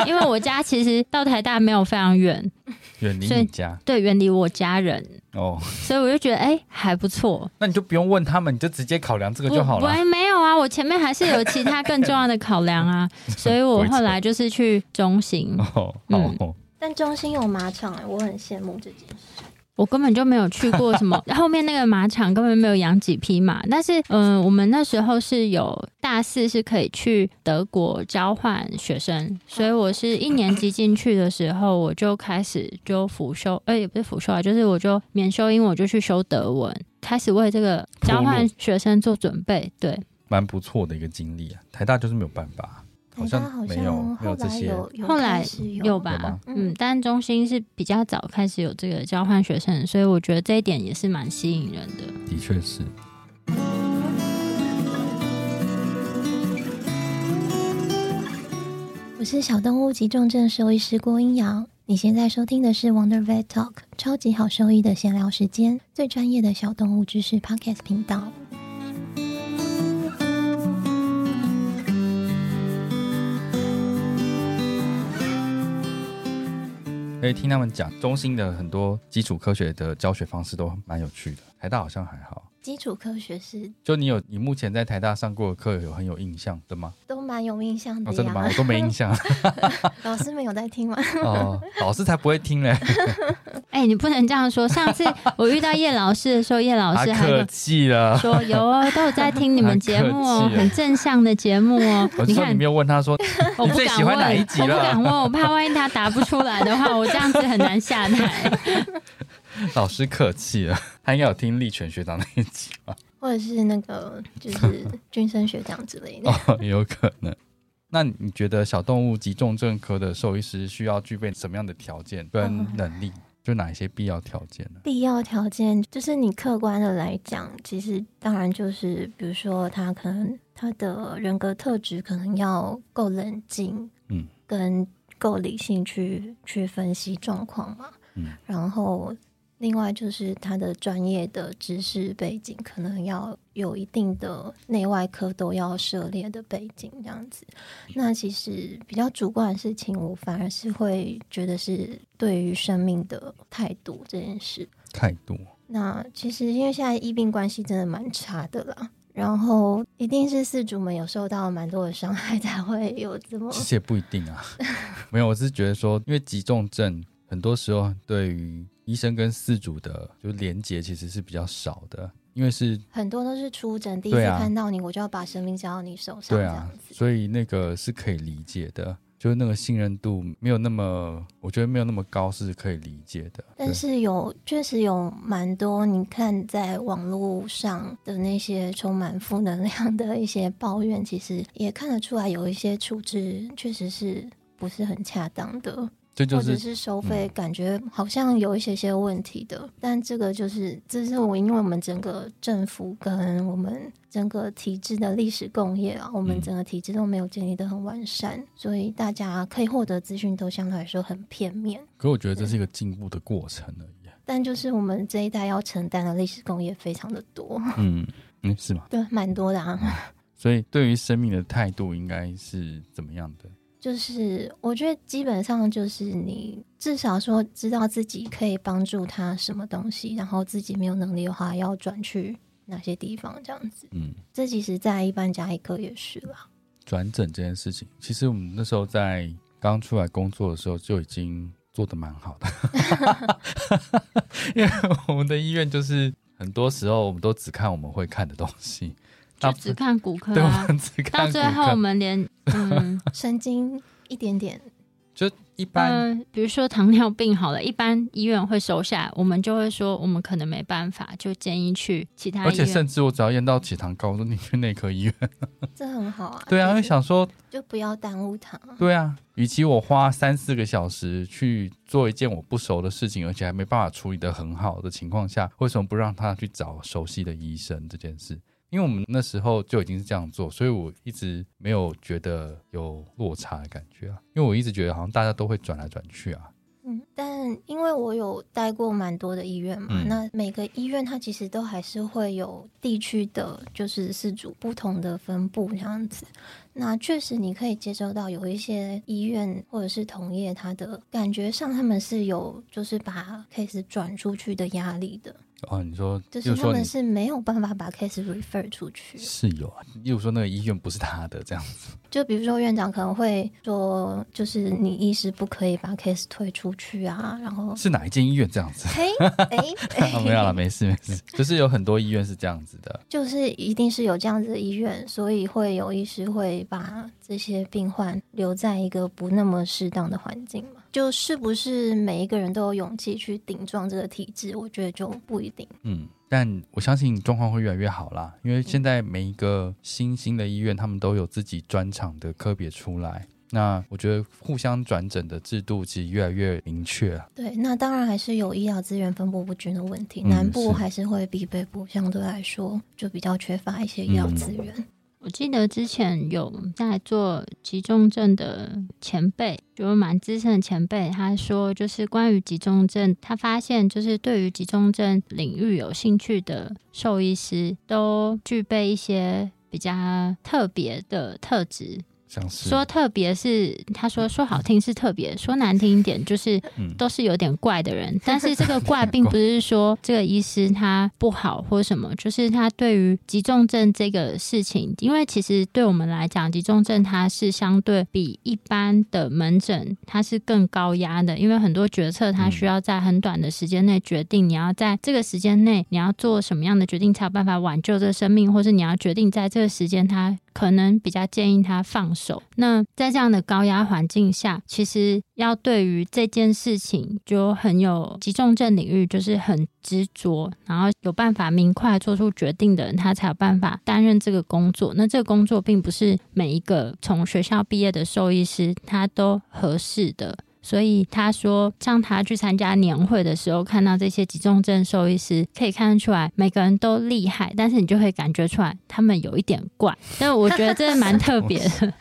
Speaker 1: 因为我家其实到台大没有非常远，
Speaker 3: 远离
Speaker 1: 所以
Speaker 3: 你家
Speaker 1: 对，远离我家人，
Speaker 3: 哦，
Speaker 1: 所以我就觉得哎、还不错。
Speaker 3: 那你就不用问他们，你就直接考量这个就好
Speaker 1: 我
Speaker 3: 了。
Speaker 1: 我没有啊，我前面还是有其他更重要的考量
Speaker 3: [laughs]
Speaker 1: 啊，所以我后来就是去中型，
Speaker 3: 哦，好
Speaker 1: 嗯
Speaker 3: 哦，
Speaker 4: 但中心有马场、哎，我很羡慕这件事。
Speaker 1: 我根本就没有去过什么，后面那个马场根本没有养几匹马。但是，嗯、我们那时候是有大四是可以去德国交换学生，所以我是一年级进去的时候，我就开始就辅修，呃，也不是辅修啊，就是我就免修英文，我就去修德文，开始为这个交换学生做准备。对，
Speaker 3: 蛮不错的一个经历啊。台大就是没有办法，好
Speaker 4: 哎台大
Speaker 3: 像
Speaker 4: 好
Speaker 3: 没有
Speaker 4: 像
Speaker 3: 没有
Speaker 4: 后
Speaker 3: 这
Speaker 4: 来
Speaker 3: 些
Speaker 4: 有，有
Speaker 1: 后来
Speaker 4: 开始
Speaker 1: 有
Speaker 3: 有
Speaker 1: 吧
Speaker 3: 吗？
Speaker 1: 嗯，但中心是比较早开始有这个交换学生，所以我觉得这一点也是蛮吸引人的。
Speaker 3: 的确是。
Speaker 4: 我是小动物急重症兽医师郭英阳，你现在收听的是 Wonder Vet Talk，超级好兽医的闲聊时间，最专业的小动物知识 Podcast 频道。
Speaker 3: 可以哎听他们讲，中心的很多基础科学的教学方式都蛮有趣的，台大好像还好。
Speaker 4: 基础科学是
Speaker 3: 就你有你目前在台大上过的课有很有印象的吗？
Speaker 4: 都蛮有印象
Speaker 3: 哦，
Speaker 4: 的
Speaker 3: 真的
Speaker 4: 呀，
Speaker 3: 吗？我都没印
Speaker 1: 啊
Speaker 3: 象
Speaker 4: [laughs] 老师们有在听吗？
Speaker 3: 哦，老师才不会听嘞，
Speaker 1: 哎、你不能这样说。
Speaker 3: [laughs]
Speaker 1: 上次我遇到叶老师的时候，叶老
Speaker 3: 他
Speaker 1: 师还
Speaker 3: 客
Speaker 1: 会
Speaker 3: 气啊了。
Speaker 1: 说有哦，都有在听你们节目
Speaker 3: 他
Speaker 1: 哦
Speaker 3: 客气，了
Speaker 1: 很正向的节目哦
Speaker 3: 我。
Speaker 1: 你
Speaker 3: 是说你
Speaker 1: 看
Speaker 3: 没，有问他说，
Speaker 1: 我
Speaker 3: 你
Speaker 1: 不
Speaker 3: 最
Speaker 1: 敢
Speaker 3: 喜
Speaker 1: 问，
Speaker 3: 欢哪一
Speaker 1: 我
Speaker 3: 集
Speaker 1: 不
Speaker 3: 了
Speaker 1: 敢问，我怕万一他答不出来的话，我这样子很难下
Speaker 3: [laughs]
Speaker 1: 台。
Speaker 3: 老师客气了，他应该有听立全学长那一集吧？
Speaker 4: 或者是那个就是 [laughs] 军生学长之类的，
Speaker 3: 哦， [laughs] 也有可能。那你觉得小动物及重症科的兽医师需要具备什么样的条件跟能力？就哪一些必要条件呢？
Speaker 4: 必要条件就是你客观的来讲，其实当然就是，比如说他可能他的人格特质可能要够冷静，
Speaker 3: 嗯，
Speaker 4: 跟够理性去去分析状况嘛，
Speaker 3: 嗯，
Speaker 4: 然后另外就是他的专业的知识背景可能要有一定的内外科都要涉猎的背景这样子。那其实比较主观的事情，我反而是会觉得是对于生命的态度这件事。
Speaker 3: [laughs] 态度，
Speaker 4: 那其实因为现在医病关系真的蛮差的啦，然后一定是饲主们有受到蛮多的伤害，才会有这
Speaker 3: [laughs]
Speaker 4: 么
Speaker 3: 其实也不一定 [laughs] 啊。没有，我是觉得说，因为急重症很多时候对于医生跟饲主的就连接其实是比较少的，因为是
Speaker 4: 很多都是出诊第一次
Speaker 3: 对啊
Speaker 4: 看到你，我就要把生命交到你手上
Speaker 3: 对
Speaker 4: 这
Speaker 3: 啊
Speaker 4: 样，子。
Speaker 3: 所以那个是可以理解的，就是那个信任度没有那么，我觉得没有那么高是可以理解的。
Speaker 4: 但
Speaker 3: 对
Speaker 4: 是有确实有蛮多，你看在网络上的那些充满负能量的一些抱怨，其实也看得出来，有一些处置确实是不是很恰当的，
Speaker 3: 这就
Speaker 4: 或者
Speaker 3: 是
Speaker 4: 是收费
Speaker 3: 嗯，
Speaker 4: 感觉好像有一些些问题的。但这个就是，这是我因为我们整个政府跟我们整个体制的历史共业啊，我们
Speaker 3: 嗯
Speaker 4: 整个体制都没有建立的很完善，所以大家可以获得资讯都相对来说很片面。
Speaker 3: 可我觉得这是一个进步的过程而已。啊
Speaker 4: 但就是我们这一代要承担的历史工业非常的多， [laughs]
Speaker 3: 嗯嗯，是吗？
Speaker 4: 对，蛮多的啊。
Speaker 3: 所以对于生命的态度应该是怎么样的？
Speaker 4: 就是我觉得基本上就是你至少说知道自己可以帮助他什么东西，然后自己没有能力的话要转去哪些地方这样子。
Speaker 3: 嗯，
Speaker 4: 这其实在一般家医科也是啦。 [laughs]
Speaker 3: 转诊这件事情，其实我们那时候在刚出来工作的时候就已经做得蛮好的，因为我们的医院就是很多时候我们都只看我们会看的东西，
Speaker 1: [laughs] 就
Speaker 3: 大部
Speaker 1: 只看骨科
Speaker 3: 对，我
Speaker 1: 啊，
Speaker 3: 们只看
Speaker 1: 到
Speaker 3: 骨
Speaker 1: 最后我
Speaker 3: 科
Speaker 1: 们连
Speaker 3: [laughs]
Speaker 1: 嗯
Speaker 4: 神经一点点，
Speaker 3: 就一般
Speaker 1: 呃，比如说糖尿病好了，一般医院会收下来，我们就会说我们可能没办法，就建议去其他
Speaker 3: 而
Speaker 1: 嗯医
Speaker 3: 且
Speaker 1: 院。
Speaker 3: 甚至我只要验到血糖高，我说你去内科医院。
Speaker 4: 这很好啊。
Speaker 1: [laughs]
Speaker 3: 对啊，因为
Speaker 4: 就是
Speaker 3: 想说，
Speaker 4: 就不要耽误他。
Speaker 3: 对啊，与其我花三四个小时去做一件我不熟的事情，而且还没办法处理得很好的情况下，为什么不让他去找熟悉的医生这件事？因为我们那时候就已经是这样做，所以我一直没有觉得有落差的感觉啊。因为我一直觉得好像大家都会转来转去啊，
Speaker 4: 嗯，但因为我有待过蛮多的医院嘛，
Speaker 3: 嗯
Speaker 4: 那每个医院它其实都还是会有地区的，就是是主不同的分布这样子。那确实你可以接收到有一些医院或者是同业，他的感觉上他们是有就是把 case 转出去的压力的，
Speaker 3: 哦，你说，
Speaker 4: 就
Speaker 3: 例
Speaker 4: 是
Speaker 3: 如
Speaker 4: 他
Speaker 3: 说
Speaker 4: 们
Speaker 3: 你
Speaker 4: 是没有办法把 case refer 出去。
Speaker 3: 是有啊，例如说那个医院不是他的这样子，
Speaker 4: 就比如说院长可能会说，就是你医师不可以把 case 推出去啊，
Speaker 3: [laughs]
Speaker 4: 然后
Speaker 3: 是哪一间医院这样
Speaker 4: [laughs]
Speaker 3: 子？
Speaker 4: 嘿哎
Speaker 3: 啊没有了，没事没事，就是有很多医院是这样子的，
Speaker 4: 就是一定是有这样子的医院，所以会有医师会把这些病患留在一个不那么适当的环境嘛？就是不是每一个人都有勇气去顶撞这个体制，我觉得就不一定。
Speaker 3: 嗯，但我相信状况会越来越好啦，因为现在每一个新兴的医院，他们都有自己专场的科别出来。那我觉得互相转诊的制度其实越来越明确啊。
Speaker 4: 对，那当然还是有医疗资源分布不均的问题，
Speaker 3: 嗯
Speaker 4: 南部
Speaker 3: 是
Speaker 4: 还是会比北部相对来说就比较缺乏一些医
Speaker 3: 嗯
Speaker 4: 疗资源。
Speaker 1: 我记得之前有在做急重症的前辈，就是蛮资深的前辈，他说就是关于急重症，他发现就是对于急重症领域有兴趣的兽医师，都具备一些比较特别的特质。
Speaker 3: 像是
Speaker 1: 说特别是他说说好听是特别，说难听一点就是
Speaker 3: 嗯
Speaker 1: 都是有点怪的人，但是这个怪并不是说这个医师他不好或什么，就是他对于急重症这个事情，因为其实对我们来讲，急重症它是相对比一般的门诊它是更高压的，因为很多决策它需要在很短的时间内决定，你要在这个时间内你要做什么样的决定才有办法挽救这个生命，或是你要决定在这个时间他可能比较建议他放手。那在这样的高压环境下，其实要对于这件事情就很有急重症领域就是很执着，然后有办法明快做出决定的人，他才有办法担任这个工作。那这个工作并不是每一个从学校毕业的兽医师他都合适的。所以他说，像他去参加年会的时候，看到这些急重症兽医师，可以看得出来每个人都厉害，但是你就会感觉出来他们有一点怪。但我觉得这蛮特
Speaker 3: [laughs]
Speaker 1: 别的，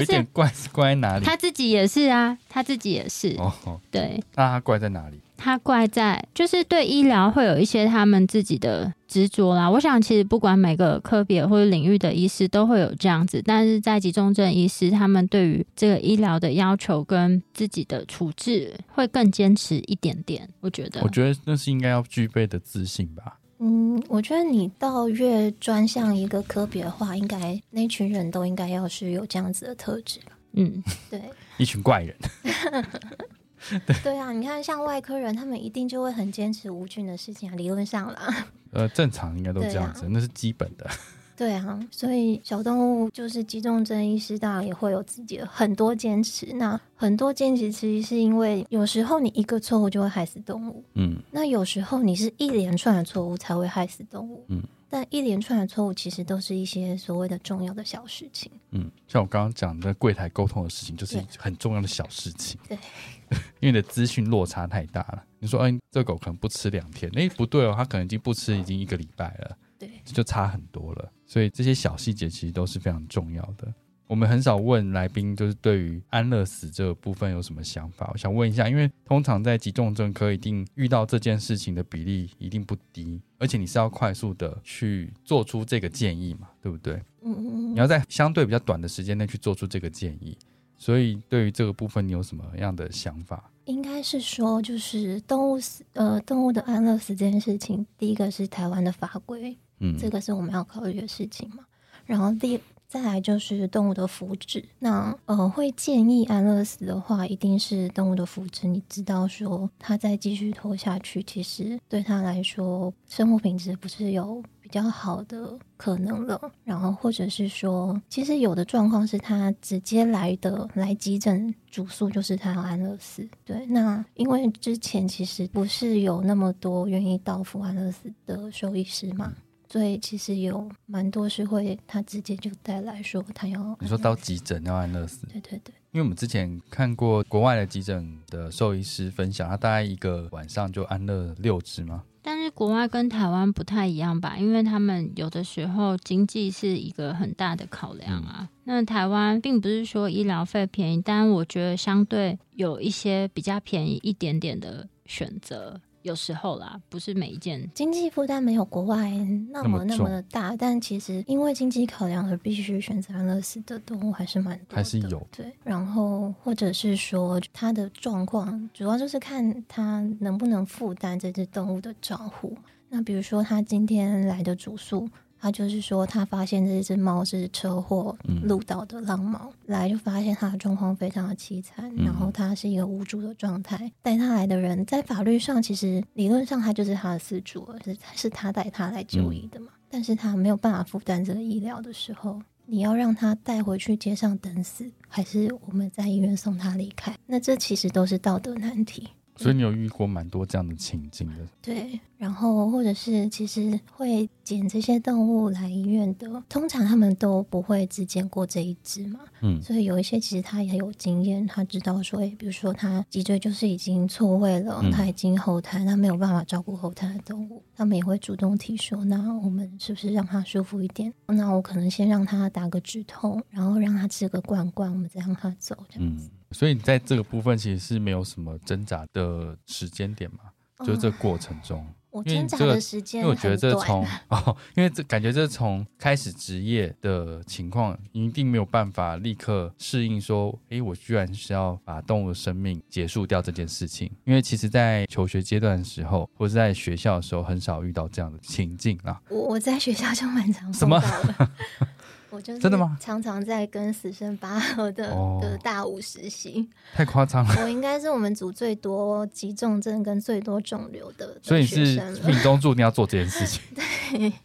Speaker 1: 不
Speaker 3: 一
Speaker 1: 是
Speaker 3: 点怪哦是怪在哪里？
Speaker 1: [laughs] 他自己也是啊，他自己也是，
Speaker 3: 哦，哦
Speaker 1: 对
Speaker 3: 那他怪在哪里？
Speaker 1: 他怪在就是对医疗会有一些他们自己的执着啦。我想其实不管每个科别或者领域的医师都会有这样子，但是在急重症医师，他们对于这个医疗的要求跟自己的处置会更坚持一点点，我觉得
Speaker 3: 我。觉得那是应该要具备的自信吧。
Speaker 4: 嗯，我觉得你到越专项一个科别的话，应该那群人都应该要是有这样子的特质吧。
Speaker 1: 嗯，
Speaker 4: 对，
Speaker 3: 一群怪人，
Speaker 4: 对啊，你看像外科人，他们一定就会很坚持无菌的事情啊，理论上啦。 [laughs]
Speaker 3: 呃，正常应该都这样子，
Speaker 1: 啊
Speaker 3: 那是基本的。
Speaker 4: 对啊，所以小动物就是急重症医师，当然也会有自己的很多坚持。那很多坚持其实是因为有时候你一个错误就会害死动物，
Speaker 3: 嗯，
Speaker 4: 那有时候你是一连串的错误才会害死动物。
Speaker 3: 嗯。
Speaker 4: 但一连串的错误其实都是一些所谓的重要的小事情。
Speaker 3: 嗯，像我刚刚讲的柜台沟通的事情，就是
Speaker 4: 对
Speaker 3: 很重要的小事情。
Speaker 4: 对，
Speaker 3: [laughs] 因为你的资讯落差太大了。你说，哎、这狗可能不吃两天，哎、不对哦，它可能已经不吃已经一个礼拜了，
Speaker 4: 对，
Speaker 3: 这就差很多了。所以这些小细节其实都是非常重要的。我们很少问来宾，就是对于安乐死这个部分有什么想法？我想问一下，因为通常在急重症科一定遇到这件事情的比例一定不低，而且你是要快速的去做出这个建议嘛，对不对？
Speaker 4: 嗯嗯嗯。
Speaker 3: 你要在相对比较短的时间内去做出这个建议。所以对于这个部分，你有什么样的想法？
Speaker 4: 应该是说，就是动物死呃动物的安乐死这件事情，第一个是台湾的法规，
Speaker 3: 嗯，
Speaker 4: 这个是我们要考虑的事情嘛。然后第再来就是动物的福祉，那呃会建议安乐死的话，一定是动物的福祉。你知道说，它再继续拖下去，其实对它来说，生活品质不是有比较好的可能了。然后或者是说，其实有的状况是它直接来的来急诊主诉，就是它要安乐死。对，那因为之前其实不是有那么多愿意到付安乐死的兽医师嘛。所以其实有蛮多是会他直接就带来说他要
Speaker 3: 你说到急诊要安乐死，
Speaker 4: 对对对，
Speaker 3: 因为我们之前看过国外的急诊的兽医师分享，他大概一个晚上就安乐六只吗？
Speaker 1: 但是国外跟台湾不太一样吧，因为他们有的时候经济是一个很大的考量
Speaker 3: 嗯
Speaker 1: 啊。那台湾并不是说医疗费便宜，但我觉得相对有一些比较便宜一点点的选择。有时候啦，不是每一件。
Speaker 4: 经济负担没有国外那
Speaker 3: 那
Speaker 4: 么
Speaker 3: 么
Speaker 4: 那
Speaker 3: 重
Speaker 4: 么的大，但其实因为经济考量而必须选择安乐死的动物还是蛮多的，
Speaker 3: 还是有
Speaker 4: 对。然后或者是说它的状况，主要就是看它能不能负担这只动物的照护。那比如说，它今天来的主宿，他就是说他发现这只猫是车祸
Speaker 3: 嗯
Speaker 4: 路倒的浪猫，来就发现它的状况非常的凄惨，
Speaker 3: 嗯
Speaker 4: 然后它是一个无助的状态。带它来的人在法律上其实理论上他就是他的饲主了，是是他带他来就医的嘛，但是他没有办法负担这个医疗的时候。你要让他带回去街上等死，还是我们在医院送他离开？那这其实都是道德难题。
Speaker 3: 所以你有遇过蛮多这样的情境的，
Speaker 4: 对，然后或者是其实会捡这些动物来医院的，通常他们都不会只捡过这一只嘛，
Speaker 3: 嗯
Speaker 4: 所以有一些其实他也有经验，他知道说，诶，比如说他脊椎就是已经错位了，
Speaker 3: 嗯
Speaker 4: 他已经后瘫，他没有办法照顾后瘫的动物，他们也会主动提说，那我们是不是让他舒服一点？那我可能先让他打个止痛，然后让他吃个罐罐，我们再让他走这样子。
Speaker 3: 嗯，所以你在这个部分其实是没有什么挣扎的时间点嘛，嗯
Speaker 4: 哦
Speaker 3: 就是这个过程中，
Speaker 4: 我
Speaker 3: 因为
Speaker 4: 挣扎
Speaker 3: 这个
Speaker 4: 的时间
Speaker 3: 因为我觉得
Speaker 4: 很
Speaker 3: 这
Speaker 4: 短
Speaker 3: 从哦，因为这感觉这从开始职业的情况，一定没有办法立刻适应说，诶，我居然是要把动物的生命结束掉这件事情。因为其实，在求学阶段的时候，或是在学校的时候，很少遇到这样的情境啦。
Speaker 4: 我我在学校就蛮常
Speaker 3: 什
Speaker 4: 碰
Speaker 3: 么
Speaker 4: 到的。 [laughs] 我就是
Speaker 3: 真的吗
Speaker 4: 常常在跟死神拔河的、
Speaker 3: 哦
Speaker 4: 的大五实习，
Speaker 3: 太夸张
Speaker 4: [laughs]
Speaker 3: 了。
Speaker 4: 我应该是我们组最多急重症跟最多肿瘤的的
Speaker 3: 所以你
Speaker 4: 学
Speaker 3: 是
Speaker 4: 生了。
Speaker 3: 命
Speaker 4: [laughs]
Speaker 3: 中注定要做这件事情。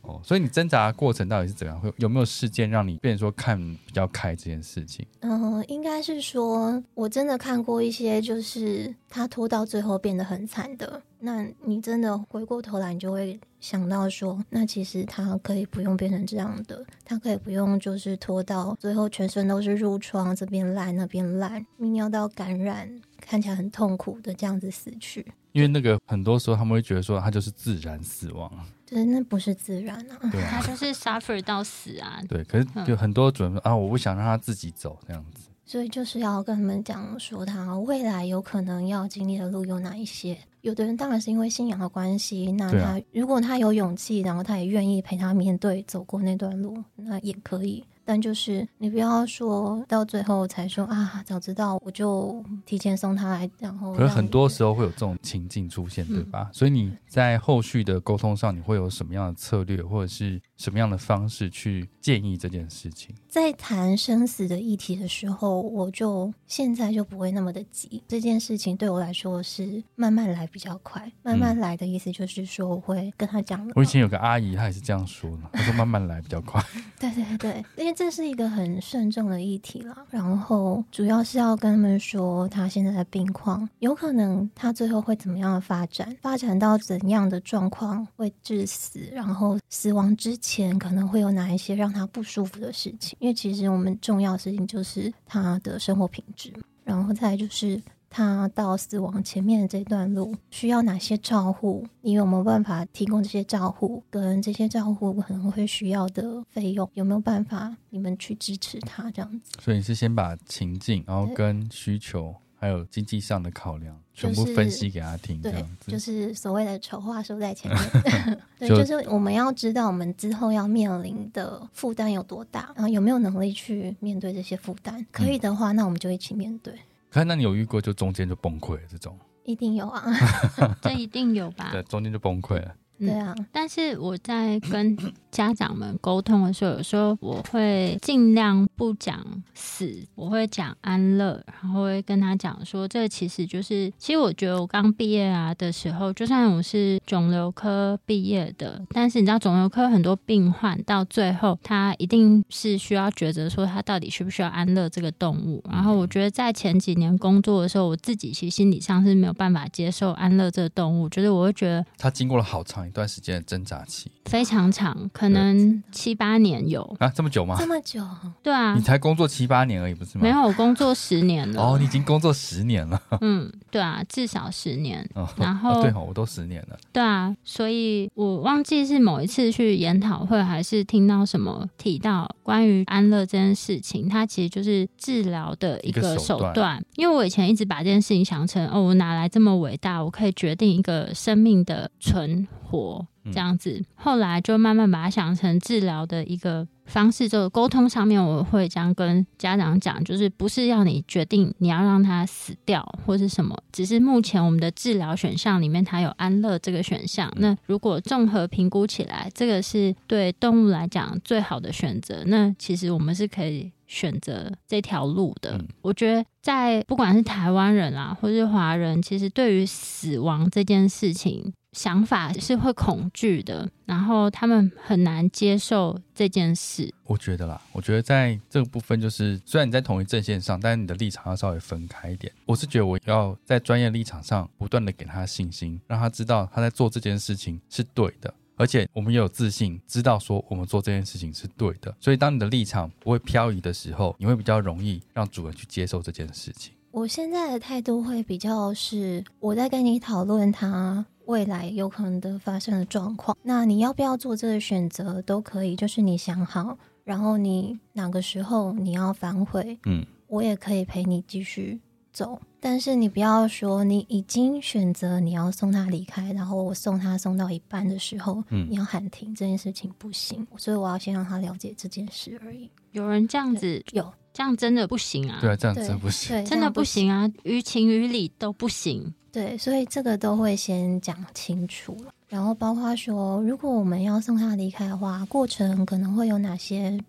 Speaker 3: 哦，所以你挣扎的过程到底是怎样？会有没有事件让你变成说看比较开这件事情？
Speaker 4: 嗯、应该是说，我真的看过一些，就是他拖到最后变得很惨的。那你真的回过头来，你就会想到说，那其实他可以不用变成这样的，他可以不用就是拖到最后全身都是褥疮，这边烂那边烂，泌尿道感染，看起来很痛苦的这样子死去。
Speaker 3: 因为那个很多时候他们会觉得说它就是自然死亡，
Speaker 4: 就是那不是自然啊，
Speaker 3: 对
Speaker 1: 他
Speaker 3: 啊，
Speaker 1: 就是 suffer 到死啊！
Speaker 3: [laughs] 对。可
Speaker 4: 嗯
Speaker 3: 是有很多主人说啊，我不想让它自己走这样子。
Speaker 4: 所以就是要跟他们讲说，他未来有可能要经历的路有哪一些。有的人当然是因为信仰的关系，那
Speaker 3: 对
Speaker 4: 他、
Speaker 3: 啊
Speaker 4: 如果他有勇气，然后他也愿意陪他面对走过那段路，那也可以。但就是你不要说到最后才说啊，早知道我就提前送他来，然后
Speaker 3: 可是
Speaker 4: 让
Speaker 3: 很
Speaker 4: 你
Speaker 3: 多时候会有这种情境出现，
Speaker 4: 嗯
Speaker 3: 对吧？所以你在后续的沟通上，你会有什么样的策略，或者是什么样的方式去建议这件事情？
Speaker 4: 在谈生死的议题的时候，我就现在就不会那么的急。这件事情对我来说是慢慢来比较快。慢
Speaker 3: 嗯
Speaker 4: 慢来的意思就是说，我会跟他讲。
Speaker 3: 我以前有个阿姨，她也是这样说的，她说慢慢来比较快。 [laughs]
Speaker 4: 对 [laughs] 对对，因为这是一个很慎重的议题啦。然后主要是要跟他们说他现在的病况，有可能他最后会怎么样的发展，发展到怎样的状况会致死，然后死亡之前可能会有哪一些让他不舒服的事情。因为其实我们重要的事情就是他的生活品质嘛，然后再来就是。他到死亡前面的这段路需要哪些照护？你有没有办法提供这些照护？跟这些照护可能会需要的费用有没有办法你们去支持他这样子？
Speaker 3: 所以你是先把情境，然后跟需求，还有经济上的考量，全
Speaker 4: 就是
Speaker 3: 部分析给他听，这
Speaker 4: 对
Speaker 3: 样，子。
Speaker 4: 就是所谓的丑话说在
Speaker 3: [laughs]
Speaker 4: 前面。对，
Speaker 3: 就
Speaker 4: 就是我们要知道我们之后要面临的负担有多大，然后有没有能力去面对这些负担。可以的话，那我们就一起面对，
Speaker 3: 可是那你有遇过就中间就崩溃了这种？
Speaker 4: 一定有啊，
Speaker 3: [laughs]
Speaker 1: 这一定有吧？
Speaker 3: 对，中间就崩溃了。
Speaker 1: 嗯
Speaker 4: 对啊，
Speaker 1: 但是我在跟家长们沟通的时候，有时候我会尽量不讲死，我会讲安乐，然后会跟他讲说，这其实就是，其实我觉得我刚毕业啊的时候，就算我是肿瘤科毕业的，但是你知道肿瘤科很多病患到最后，他一定是需要抉择说他到底需不需要安乐这个动物。然后我觉得在前几年工作的时候，我自己其实心理上是没有办法接受安乐这个动物，就是我会觉得
Speaker 3: 他经过了好长一段时间的挣扎期，
Speaker 1: 非常长，可能七八年有。
Speaker 3: 啊，这么久吗
Speaker 4: 这？么久，
Speaker 1: 对啊
Speaker 3: 你，才工作七八年而已，不是吗？
Speaker 1: 没。有我工作十年了。
Speaker 3: 哦，你已经工作十年了。
Speaker 1: 嗯，对啊，至少十年。
Speaker 3: 哦，
Speaker 1: 然后
Speaker 3: 哦对哦，我都十年了。
Speaker 1: 对啊，所以我忘记是某一次去研讨会，还是听到什么提到关于安乐这件事情，它其实就是治疗的一
Speaker 3: 一个
Speaker 1: 个手
Speaker 3: 手段
Speaker 1: 段。因为我以前一直把这件事情想成，哦，我哪来这么伟大，我可以决定一个生命的存活
Speaker 3: 嗯
Speaker 1: 这样子。后来就慢慢把它想成治疗的一个。方式就沟通上面，我会这样跟家长讲，就是不是要你决定你要让他死掉或是什么，只是目前我们的治疗选项里面它有安乐这个选项。
Speaker 3: 嗯
Speaker 1: 那如果综合评估起来，这个是对动物来讲最好的选择，那其实我们是可以。选择这条路的，
Speaker 3: 嗯
Speaker 1: 我觉得在不管是台湾人啦、或是华人，其实对于死亡这件事情想法是会恐惧的，然后他们很难接受这件事。
Speaker 3: 我觉得啦，我觉得在这个部分，就是虽然你在同一阵线上，但是你的立场要稍微分开一点。我是觉得我要在专业立场上不断的给他信心，让他知道他在做这件事情是对的，而且我们也有自信，知道说我们做这件事情是对的。所以当你的立场不会漂移的时候，你会比较容易让主人去接受这件事情。
Speaker 4: 我现在的态度会比较是我在跟你讨论它未来有可能的发生的状况。那你要不要做这个选择都可以，就是你想好，然后你哪个时候你要反悔，
Speaker 3: 嗯，
Speaker 4: 我也可以陪你继续走。但是你不要说你已经选择你要送他离开，然后我送他送到一半的时候，
Speaker 3: 嗯
Speaker 4: 你要喊停，这件事情不行。所以我要先让他了解这件事而已。
Speaker 1: 有人这样子，
Speaker 4: 有
Speaker 1: 这样真的不行啊！
Speaker 3: 对啊，这样
Speaker 4: 对
Speaker 3: 真不行。
Speaker 4: 对，这
Speaker 1: 真
Speaker 4: 样
Speaker 1: 的不行啊，于情于理都不行。
Speaker 4: 对，所以这个都会先讲清楚了。然后包括说，如果我们要送他离开的话，过程可能会有哪些？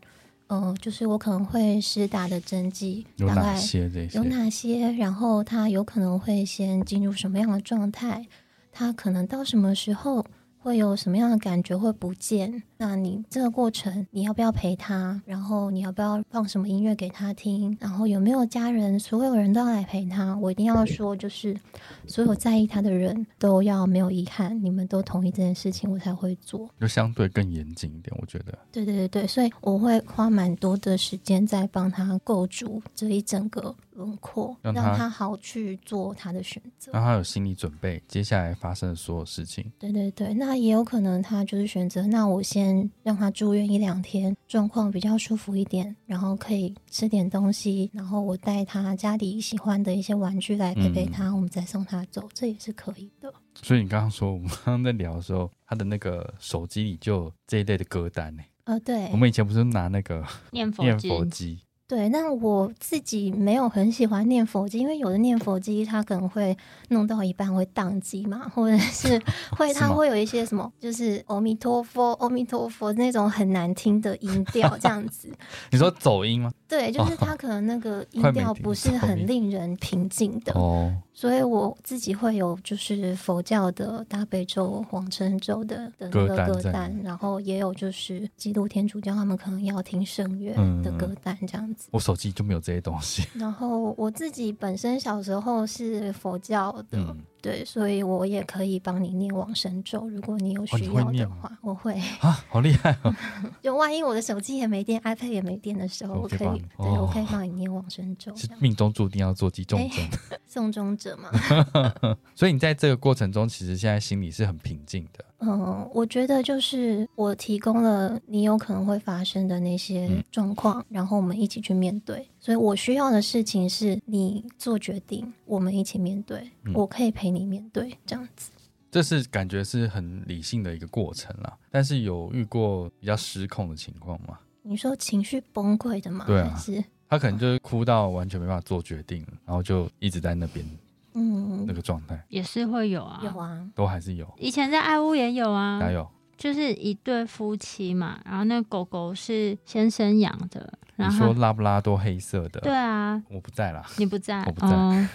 Speaker 4: 呃，就是我可能会施打的针剂，
Speaker 3: 有
Speaker 4: 大
Speaker 3: 哪
Speaker 4: 概
Speaker 3: 些这些
Speaker 4: 有？哪些？然后他有可能会先进入什么样的状态？他可能到什么时候会有什么样的感觉会不见？那你这个过程，你要不要陪他？然后你要不要放什么音乐给他听？然后有没有家人？所有人都要来陪他？我一定要说，就是所有在意他的人都要没有遗憾，你们都同意这件事情，我才会做。
Speaker 3: 就相对更严谨一点，我觉得。
Speaker 4: 对对对对，所以我会花蛮多的时间在帮他构筑这一整个轮廓，
Speaker 3: 让
Speaker 4: 让
Speaker 3: 他啊
Speaker 4: 他好去做他的选择。
Speaker 3: 让他有心理准备，接下来发生的所有事情。
Speaker 4: 对对对，那也有可能他就是选择，那我先让他住院一两天，状况比较舒服一点，然后可以吃点东西，然后我带他家里喜欢的一些玩具来陪陪他，我们再送他走，这也是可以的。
Speaker 3: 所以你刚刚说，我们刚刚在聊的时候，他的那个手机里就有这一类的歌单呢。
Speaker 4: 呃，对
Speaker 3: 我，们以前不是拿那个
Speaker 1: 念佛
Speaker 3: 念
Speaker 1: 经
Speaker 3: 佛机，
Speaker 4: 对，那我自己没有很喜欢念佛机，因为有的念佛机它可能会弄到一半会宕机嘛，或
Speaker 3: [laughs]
Speaker 4: 者是会
Speaker 3: 是
Speaker 4: 它
Speaker 3: 吗
Speaker 4: 会有一些什么，就是阿弥陀佛、阿弥陀佛那种很难听的音调这样子。
Speaker 3: 你说走音吗？
Speaker 4: 对，就是它可能那个音
Speaker 3: 哦快没
Speaker 4: 调
Speaker 3: 听
Speaker 4: 不是
Speaker 3: 到你
Speaker 4: 很令人平静的，
Speaker 3: 哦，
Speaker 4: 所以我自己会有就是佛教的大悲咒、往生咒的的那
Speaker 3: 歌
Speaker 4: 个
Speaker 3: 单
Speaker 4: 歌
Speaker 3: 在
Speaker 4: 单，然后也有就是基督天主教他们可能要听圣乐的
Speaker 3: 嗯
Speaker 4: 歌单这样子。
Speaker 3: 我手机就没有这些东西。
Speaker 4: 然后我自己本身小时候是佛教的，
Speaker 3: 嗯，
Speaker 4: 对，所以我也可以帮你念往生咒，如果你有
Speaker 3: 哦你
Speaker 4: 需
Speaker 3: 会
Speaker 4: 要的
Speaker 3: 念吗
Speaker 4: 话，我会。 [laughs]
Speaker 3: 啊，好厉害哦！
Speaker 4: 就万一我的手机也没电，iPad 也没电的时候，
Speaker 3: 我
Speaker 4: 我
Speaker 3: 可以
Speaker 4: 可
Speaker 3: 帮
Speaker 4: 以
Speaker 3: 你，
Speaker 4: 对，
Speaker 3: 哦
Speaker 4: 我可以帮你念往生咒，
Speaker 3: [laughs] 是
Speaker 4: 这样
Speaker 3: 命中注定要做击中针，
Speaker 4: 送终者嘛。
Speaker 3: [laughs]
Speaker 4: [laughs]
Speaker 3: 所以你在这个过程中，其实现在心里是很平静的。
Speaker 4: 嗯，我觉得就是我提供了你有可能会发生的那
Speaker 3: 嗯
Speaker 4: 些状况，然后我们一起去面对。所以我需要的事情是你做决定，我们一起面对，
Speaker 3: 嗯
Speaker 4: 我可以陪你面对，这样子。
Speaker 3: 这是感觉是很理性的一个过程啦，但是有遇过比较失控的情况吗？
Speaker 4: 你说情绪崩溃的吗？
Speaker 3: 对啊
Speaker 4: 还是
Speaker 3: 他可能就是哭到完全没办法做决定了，然后就一直在那边
Speaker 4: 嗯
Speaker 3: 那，个状态，
Speaker 1: 也是会有啊，
Speaker 4: 有啊，
Speaker 3: 都还是有
Speaker 1: 以前在爱屋也有啊，
Speaker 3: 加油。
Speaker 1: 就是一对夫妻嘛，然后那狗狗是先生养的，
Speaker 3: 你
Speaker 1: 然
Speaker 3: 说
Speaker 1: 后
Speaker 3: 拉布拉多黑色的，
Speaker 1: 对啊，
Speaker 3: 我不在啦，
Speaker 1: 你不在，
Speaker 3: 我不在
Speaker 1: 哦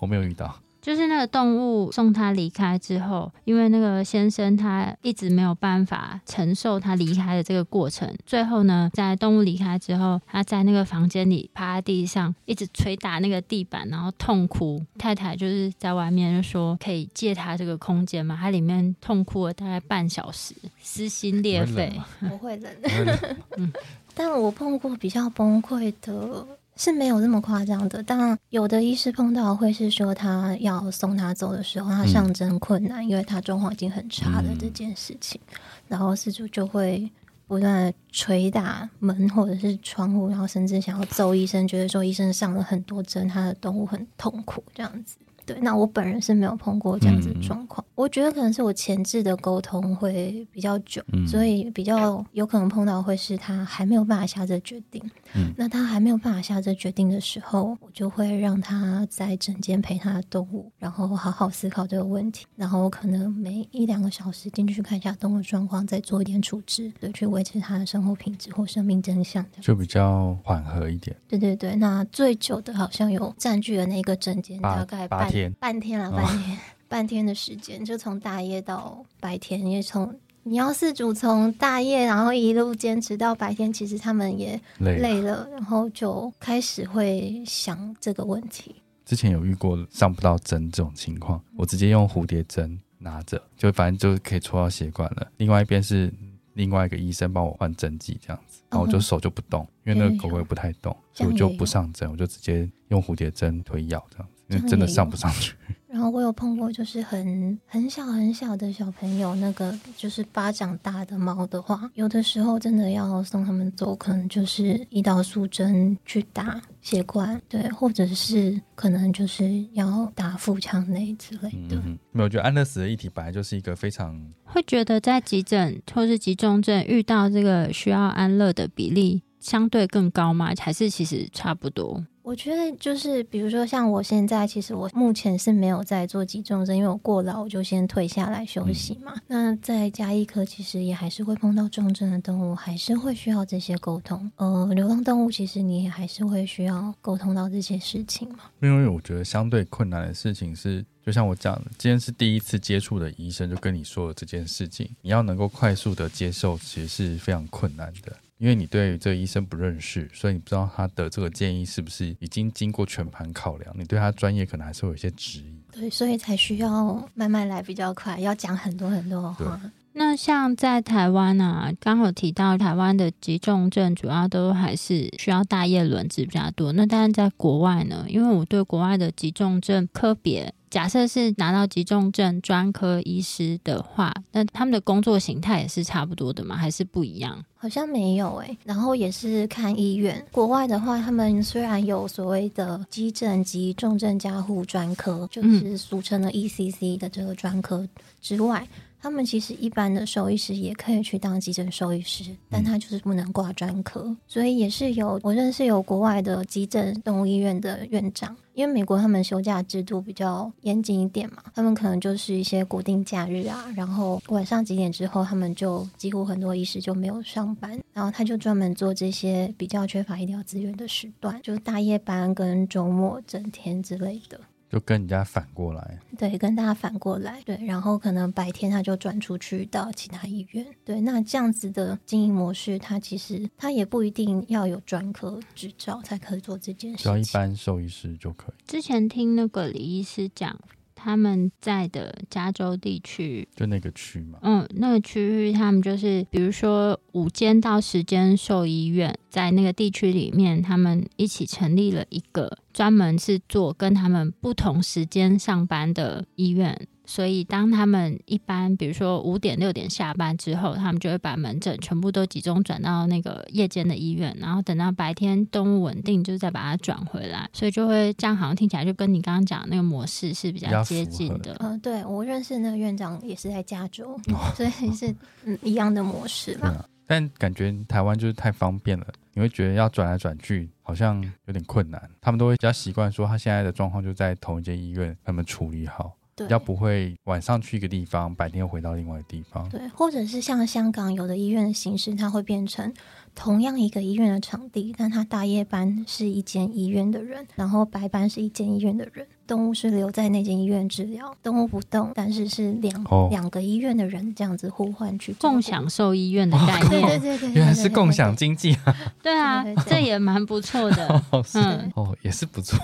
Speaker 3: 我没有遇到。
Speaker 1: 就是那个动物送它离开之后，因为那个先生他一直没有办法承受它离开的这个过程，最后呢，在动物离开之后，他在那个房间里趴在地上，一直捶打那个地板，然后痛哭。太太就是在外面就说可以借他这个空间嘛，他里面痛哭了大概半小时，撕心裂
Speaker 3: 你会冷
Speaker 1: 肺
Speaker 3: 吗。
Speaker 4: 我会冷。
Speaker 3: 你会冷
Speaker 4: [laughs] 但我碰过比较崩溃的是没有这么夸张的，当然有的医师碰到会是说他要送他走的时候，他上针困难，因为他状况已经很差了
Speaker 3: 嗯
Speaker 4: 这件事情，然后事主就会。不断地捶打门或者是窗户，然后甚至想要揍医生，觉得说医生上了很多针，他的动物很痛苦这样子。对，那我本人是没有碰过这样子的
Speaker 3: 嗯
Speaker 4: 状况，我觉得可能是我前置的沟通会比较久，
Speaker 3: 嗯
Speaker 4: 所以比较有可能碰到会是他还没有办法下这决定。
Speaker 3: 嗯
Speaker 4: 那他还没有办法下这决定的时候，我就会让他在整间陪他的动物，然后好好思考这个问题，然后我可能每一两个小时进去看一下动物状况，再做一点处置，对，去维持他的生活品质或生命真相。这样
Speaker 3: 就比较缓和一点。
Speaker 4: 对对对，那最久的好像有占据了那个整间
Speaker 3: 八
Speaker 4: 大概
Speaker 3: 八
Speaker 4: 半
Speaker 3: 天
Speaker 4: 半天啦，
Speaker 3: 哦
Speaker 4: 半天、 [laughs] 半天的时间，就从大夜到白天，也从。你要是主从大夜，然后一路坚持到白天，其实他们也
Speaker 3: 累了
Speaker 4: 累了，然后就开始会想这个问题。
Speaker 3: 之前有遇过上不到针这种情况，我直接用蝴蝶针拿着，就反正就是可以戳到血管了。另外一边是另外一个医生帮我换针剂这样子，然后我就
Speaker 4: 嗯
Speaker 3: 手就不动，因为那个狗狗也不太动，
Speaker 4: 这
Speaker 3: 所以
Speaker 4: 样
Speaker 3: 我就
Speaker 4: 也有
Speaker 3: 不上针，我就直接用蝴蝶针推药这样子，因
Speaker 4: 这样
Speaker 3: 为真的
Speaker 4: 也有
Speaker 3: 上不上去。
Speaker 4: 然后我有碰过，就是很很小很小的小朋友，那个就是巴掌大的猫的话，有的时候真的要送他们走，可能就是胰岛素针去打血管，对，或者是可能就是要打腹腔内之类
Speaker 3: 嗯
Speaker 4: 的。
Speaker 3: 嗯，没有，我觉得安乐死的议题本来就是一个非常
Speaker 1: 会觉得在急诊或是急重症遇到这个需要安乐的比例相对更高吗？还是其实差不多？
Speaker 4: 我觉得就是，比如说像我现在，其实我目前是没有在做急重症，因为我过劳，我就先退下来休息嘛。那在加医科，其实也还是会碰到重症的动物，还是会需要这些沟通。呃，流浪动物其实你也还是会需要沟通到这些事情嘛。
Speaker 3: 因为我觉得相对困难的事情是，就像我讲的，今天是第一次接触的医生就跟你说了这件事情，你要能够快速的接受，其实是非常困难的。因为你对于这个医生不认识，所以你不知道他的这个建议是不是已经经过全盘考量，你对他专业可能还是会有一些质疑。
Speaker 4: 对，所以才需要慢慢来比较快，要讲很多很多的话。
Speaker 1: 那像在台湾啊，刚好提到台湾的急重症主要都还是需要大夜轮值比较多。那但是在国外呢，因为我对国外的急重症科别，假设是拿到急重症专科医师的话，那他们的工作形态也是差不多的吗？还是不一样？
Speaker 4: 好像没有诶、然后也是看医院。国外的话，他们虽然有所谓的急诊及重症加护专科，就是俗称的 ECC 的这个专科之外，他们其实一般的兽医师也可以去当急诊兽医师，但他就是不能挂专科，所以也是有我认识有国外的急诊动物医院的院长。因为美国他们休假制度比较严谨一点嘛，他们可能就是一些固定假日啊，然后晚上几点之后，他们就几乎很多医师就没有上班，然后他就专门做这些比较缺乏医疗资源的时段，就是大夜班跟周末整天之类的。
Speaker 3: 就跟人家反过来，
Speaker 4: 对，跟大家反过来，对，然后可能白天他就转出去到其他医院，对，那这样子的经营模式，它其实它也不一定要有专科执照才可以做这件
Speaker 3: 只要
Speaker 4: 事
Speaker 3: 一
Speaker 4: 情。
Speaker 3: 般兽医师就可以，
Speaker 1: 之前听那个李医师讲，他们在的加州地区，
Speaker 3: 就那个区嘛。
Speaker 1: 嗯，那个区域他们就是，比如说五间到十间兽医院，在那个地区里面，他们一起成立了一个专门是做跟他们不同时间上班的医院。所以，当他们一般，比如说五点六点下班之后，他们就会把门诊全部都集中转到那个夜间的医院，然后等到白天动物稳定，就再把它转回来。所以就会这样，好像听起来就跟你刚刚讲的那个模式是比
Speaker 3: 比较
Speaker 1: 较接
Speaker 3: 符合
Speaker 1: 近
Speaker 3: 的
Speaker 1: 的。
Speaker 4: 嗯、对我认识那个院长也是在加州，所以是嗯一样的模式
Speaker 3: 对
Speaker 4: 嘛。
Speaker 3: 啊，但感觉台湾就是太方便了，你会觉得要转来转去好像有点困难。他们都会比较习惯说他现在的状况就在同一间医院，他们处理好，
Speaker 4: 对
Speaker 3: 嗯比，较不会晚上去一个地方，白天又回到另外一个地方。 [laughs]
Speaker 4: 对，或者是像香港有的医院的形式，它会变成同样一个医院的场地，但它大夜班是一间医院的人，然后白班是一间医院的人，动物是留在那间医院治疗，动物不动，但是是两、
Speaker 3: 哦
Speaker 4: 两个医院的人这样子互换去照顾
Speaker 1: 共享。兽医院的概
Speaker 4: 对对
Speaker 1: 念，
Speaker 4: 对对，
Speaker 3: 哦原来是共享
Speaker 4: 对。
Speaker 3: 经济啊！
Speaker 1: 对啊
Speaker 4: 对对，对
Speaker 1: 这也蛮不错 [laughs] 的。嗯，
Speaker 3: [laughs] 哦，也是不错。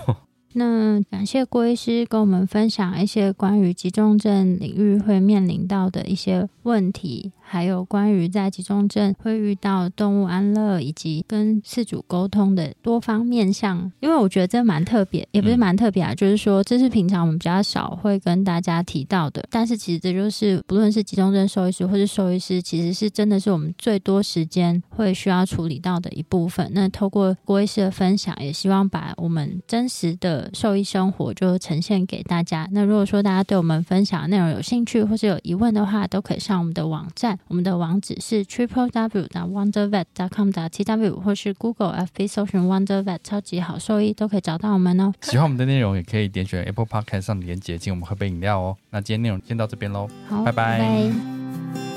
Speaker 1: 那感谢郭医师跟我们分享一些关于急重症领域会面临到的一些问题，还有关于在急重症会遇到动物安乐以及跟饲主沟通的多方面向。因为我觉得这蛮特别，也不是蛮特别啊，就是说这是平常我们比较少会跟大家提到的，但是其实这就是不论是急重症兽医师或是兽医师，其实是真的是我们最多时间会需要处理到的一部分。那透过郭医师的分享，也希望把我们真实的兽医生活就呈现给大家。那如果说大家对我们分享的内容有兴趣或是有疑问的话，都可以上我们的网站，我们的网址是 triple w wondervet com t w 或是 Google F B 搜寻 wondervet 超级好兽医都可以找到我们哦。
Speaker 3: 喜欢我们的内容，也可以点选 Apple Podcast 上的连接，请我们喝杯饮料哦。那今天内容先到这边喽。
Speaker 1: 好，
Speaker 3: 拜拜
Speaker 1: 拜